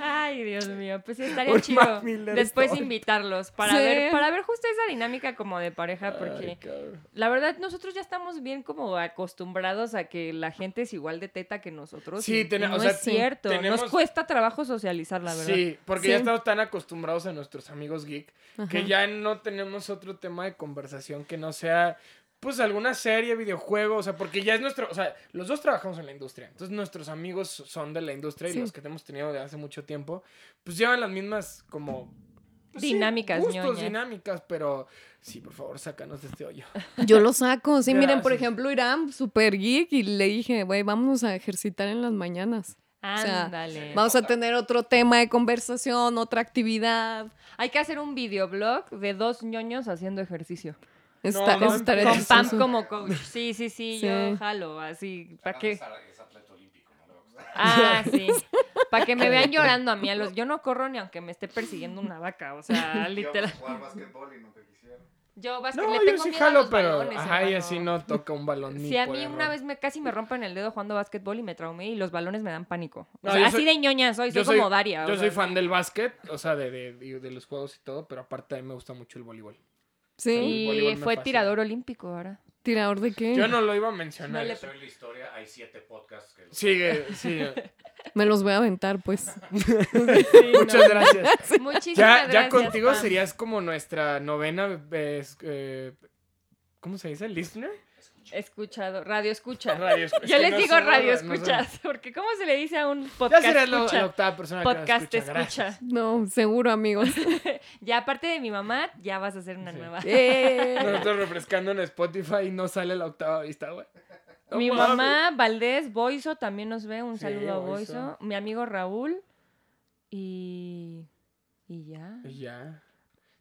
Speaker 1: Ay, Dios mío, pues sí, estaría
Speaker 2: Un
Speaker 1: chido
Speaker 2: Mac Miller
Speaker 1: después
Speaker 2: tonto.
Speaker 1: invitarlos para
Speaker 3: Sí.
Speaker 1: ver para ver justo esa dinámica como de pareja porque
Speaker 2: Ay, cabrón.
Speaker 1: la verdad nosotros ya estamos bien como acostumbrados a que la gente es igual de teta que nosotros.
Speaker 2: Sí,
Speaker 1: y- y
Speaker 2: tene- o
Speaker 1: no
Speaker 2: sea,
Speaker 1: es cierto,
Speaker 2: tenemos-
Speaker 1: nos cuesta trabajo socializar, la verdad.
Speaker 2: Sí, porque
Speaker 3: Sí.
Speaker 2: ya estamos tan acostumbrados a nuestros amigos geek que
Speaker 3: Ajá.
Speaker 2: ya no tenemos otro tema de conversación que no sea, pues, alguna serie, videojuego, o sea, porque ya es nuestro, o sea, los dos trabajamos en la industria, entonces nuestros amigos son de la industria y
Speaker 3: Sí.
Speaker 2: los que hemos tenido de hace mucho tiempo, pues llevan las mismas como... pues, sí,
Speaker 1: Dinámicas,
Speaker 2: gustos,
Speaker 1: ñoñas.
Speaker 2: dinámicas, pero sí, por favor, sácanos de este hoyo.
Speaker 3: Yo lo saco. Sí, miren, por
Speaker 2: Gracias.
Speaker 3: ejemplo, Irán, super geek, y le dije, güey, vamos a ejercitar en las mañanas. sea,
Speaker 1: Ándale.
Speaker 3: Vamos a tener otro tema de conversación, otra actividad.
Speaker 1: Hay que hacer un videoblog de dos ñoños haciendo ejercicio.
Speaker 3: Está,
Speaker 2: No, no,
Speaker 3: estaré
Speaker 2: Pero
Speaker 1: Con
Speaker 2: eso-
Speaker 1: Pam
Speaker 3: chistoso.
Speaker 1: como coach. Sí, sí, sí, yo
Speaker 3: Sí.
Speaker 1: jalo, así, ¿para
Speaker 4: ¿Para
Speaker 1: qué?
Speaker 4: Es Ah, pues, es atleta olímpico, no le va a gustar.
Speaker 1: Ah, sí. Para que me vean llorando a mí. A los... Yo no corro ni aunque me esté persiguiendo una vaca. O sea, literal.
Speaker 4: Íbamos a jugar básquetbol y no te quisieron.
Speaker 1: Yo básquet,
Speaker 2: No,
Speaker 1: le
Speaker 2: yo
Speaker 1: tengo
Speaker 2: sí
Speaker 1: miedo a
Speaker 2: jalo,
Speaker 1: los
Speaker 2: pero...
Speaker 1: balones,
Speaker 2: Ajá, y
Speaker 1: hermano.
Speaker 2: así no toca un balón. ni
Speaker 1: Sí, a
Speaker 2: por
Speaker 1: mí una
Speaker 2: error.
Speaker 1: vez me casi me rompen el dedo jugando básquetbol y me traumé y los balones me dan pánico. O
Speaker 2: No,
Speaker 1: sea,
Speaker 2: yo
Speaker 1: así
Speaker 2: soy-
Speaker 1: de ñoña soy, soy como Daria. o
Speaker 2: Yo
Speaker 1: sea,
Speaker 2: soy fan del básquet, o sea, de, de, de- de los juegos y todo, pero aparte a mí me gusta mucho el voleibol.
Speaker 3: Sí,
Speaker 2: El voleibol
Speaker 1: Y
Speaker 2: me
Speaker 1: fue
Speaker 2: fascina.
Speaker 1: tirador olímpico ahora.
Speaker 3: tirador de qué?
Speaker 2: Yo no lo iba a
Speaker 1: No
Speaker 2: mencionar.
Speaker 1: le-
Speaker 4: Soy la historia, hay siete podcasts que... lo-
Speaker 2: Sigue, sigue.
Speaker 3: Me los voy a aventar, pues.
Speaker 2: Muchas gracias.
Speaker 1: Muchísimas
Speaker 2: Ya, ya
Speaker 1: gracias,
Speaker 2: contigo
Speaker 1: Pam.
Speaker 2: serías como nuestra novena. eh, es- eh, ¿Cómo se dice? ¿Listener? Ah,
Speaker 1: Escuchado, radio escucha.
Speaker 2: Radio escucha.
Speaker 1: Yo
Speaker 2: Es que
Speaker 1: les
Speaker 2: no
Speaker 1: digo
Speaker 2: somos-
Speaker 1: radio
Speaker 2: no somos-
Speaker 1: escuchas, porque ¿cómo se le dice a un
Speaker 2: Ya
Speaker 1: podcast
Speaker 2: serás la,
Speaker 1: escucha?
Speaker 2: la octava persona
Speaker 1: podcast
Speaker 2: que nos escucha.
Speaker 1: escucha.
Speaker 2: gracias.
Speaker 3: No, seguro, amigos.
Speaker 1: Ya aparte de mi mamá, ya vas a ser una
Speaker 2: Sí.
Speaker 1: nueva.
Speaker 3: Eh.
Speaker 2: Nosotros refrescando en Spotify y no sale la octava vista, güey. No
Speaker 1: Mi
Speaker 2: mames.
Speaker 1: mamá, Valdés, Boiso también nos ve. Un
Speaker 2: Sí,
Speaker 1: saludo a
Speaker 2: Boiso.
Speaker 1: Boiso. Mi amigo Raúl. Y. Y ya.
Speaker 2: Y Ya.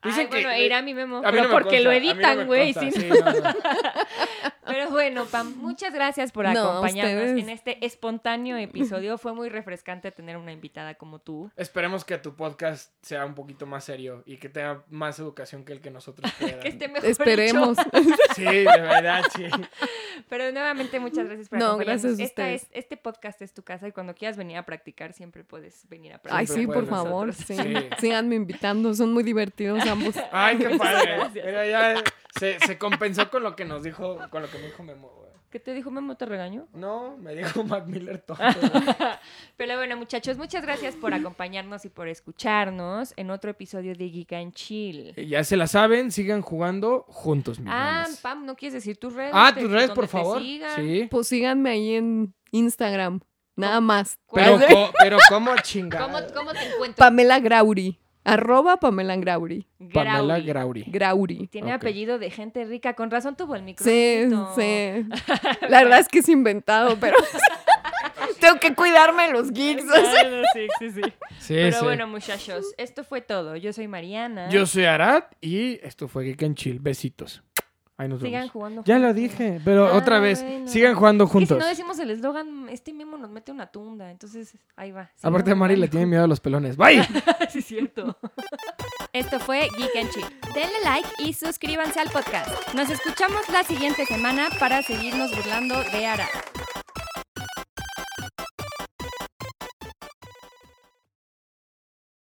Speaker 1: Ay, bueno, irá mi memo.
Speaker 2: A mí
Speaker 1: pero
Speaker 2: no me
Speaker 1: porque lo
Speaker 2: consta, a mí no me
Speaker 1: editan, güey.
Speaker 2: consta,
Speaker 1: si no-
Speaker 2: sí, no, no.
Speaker 1: Pero bueno, Pam, muchas gracias por
Speaker 3: No, a
Speaker 1: acompañarnos
Speaker 3: ustedes.
Speaker 1: en este espontáneo episodio. Fue muy refrescante tener una invitada como tú.
Speaker 2: Esperemos que tu podcast sea un poquito más serio y que tenga más educación que el que nosotros
Speaker 1: Que
Speaker 2: podamos.
Speaker 1: esté mejor. dicho.
Speaker 3: Esperemos.
Speaker 2: Sí, de verdad, sí.
Speaker 1: Pero nuevamente, muchas gracias por
Speaker 3: No,
Speaker 1: acompañarnos.
Speaker 3: gracias a
Speaker 1: Esta
Speaker 3: ustedes.
Speaker 1: es, este podcast es tu casa y cuando quieras venir a practicar, siempre puedes venir a practicar.
Speaker 3: Ay, sí,
Speaker 2: Siempre
Speaker 3: por
Speaker 2: pueden
Speaker 3: favor. Sí.
Speaker 2: nosotros. Sí.
Speaker 3: Síganme invitando. Son muy divertidos ambos.
Speaker 2: Ay, qué padre.
Speaker 1: Gracias.
Speaker 2: Mira, ya eh, se, se compensó con lo que nos dijo, con lo que me dijo Memo. güey.
Speaker 1: ¿Qué te dijo Memo? ¿Te regañó?
Speaker 2: No, me dijo Mac Miller tonto. güey.
Speaker 1: Pero bueno, muchachos, muchas gracias por acompañarnos y por escucharnos en otro episodio de Geek and Chill.
Speaker 2: Y ya se la saben, sigan jugando juntos, mis
Speaker 1: Ah,
Speaker 2: manes.
Speaker 1: Pam, ¿no quieres decir tus redes?
Speaker 2: Ah,
Speaker 1: Te-
Speaker 2: tus redes,
Speaker 1: donde
Speaker 2: por
Speaker 1: te
Speaker 2: favor.
Speaker 1: sigan.
Speaker 2: Sí.
Speaker 3: Pues síganme ahí en Instagram. Nada más.
Speaker 2: Pero,
Speaker 1: ¿Cuál?
Speaker 2: co- pero cómo chingada.
Speaker 1: ¿Cómo, cómo te encuentro?
Speaker 3: Pamela Grauri. Arroba Pamela Grauri.
Speaker 2: Pamela
Speaker 1: Grauri.
Speaker 2: Grauri.
Speaker 3: Grauri.
Speaker 1: Tiene
Speaker 2: Ok.
Speaker 1: apellido de gente rica. Con razón tuvo el micro.
Speaker 3: Sí, sí. La verdad es que es inventado, pero tengo que cuidarme de los geeks.
Speaker 1: Ah, Sí, sí, sí.
Speaker 2: Sí,
Speaker 1: Pero
Speaker 2: sí.
Speaker 1: bueno, ¿eh? muchachos, esto fue todo. Yo soy Mariana.
Speaker 2: Yo soy Arad y esto fue Geek and Chill. Besitos. Ahí nos
Speaker 1: Sigan
Speaker 2: vemos.
Speaker 1: jugando.
Speaker 2: Ya lo
Speaker 1: juntos.
Speaker 2: dije, pero
Speaker 1: Ah,
Speaker 2: otra vez,
Speaker 1: bueno.
Speaker 2: sigan jugando
Speaker 1: Es que si
Speaker 2: juntos.
Speaker 1: no decimos el eslogan, este memo nos mete una tunda. Entonces, ahí va. Sigan
Speaker 2: Aparte a Mari
Speaker 1: jugando.
Speaker 2: le tiene miedo a los pelones. ¡Bye!
Speaker 1: sí, es cierto. Esto fue Geek and Chill. Denle like y suscríbanse al podcast. Nos escuchamos la siguiente semana para seguirnos burlando de Ara.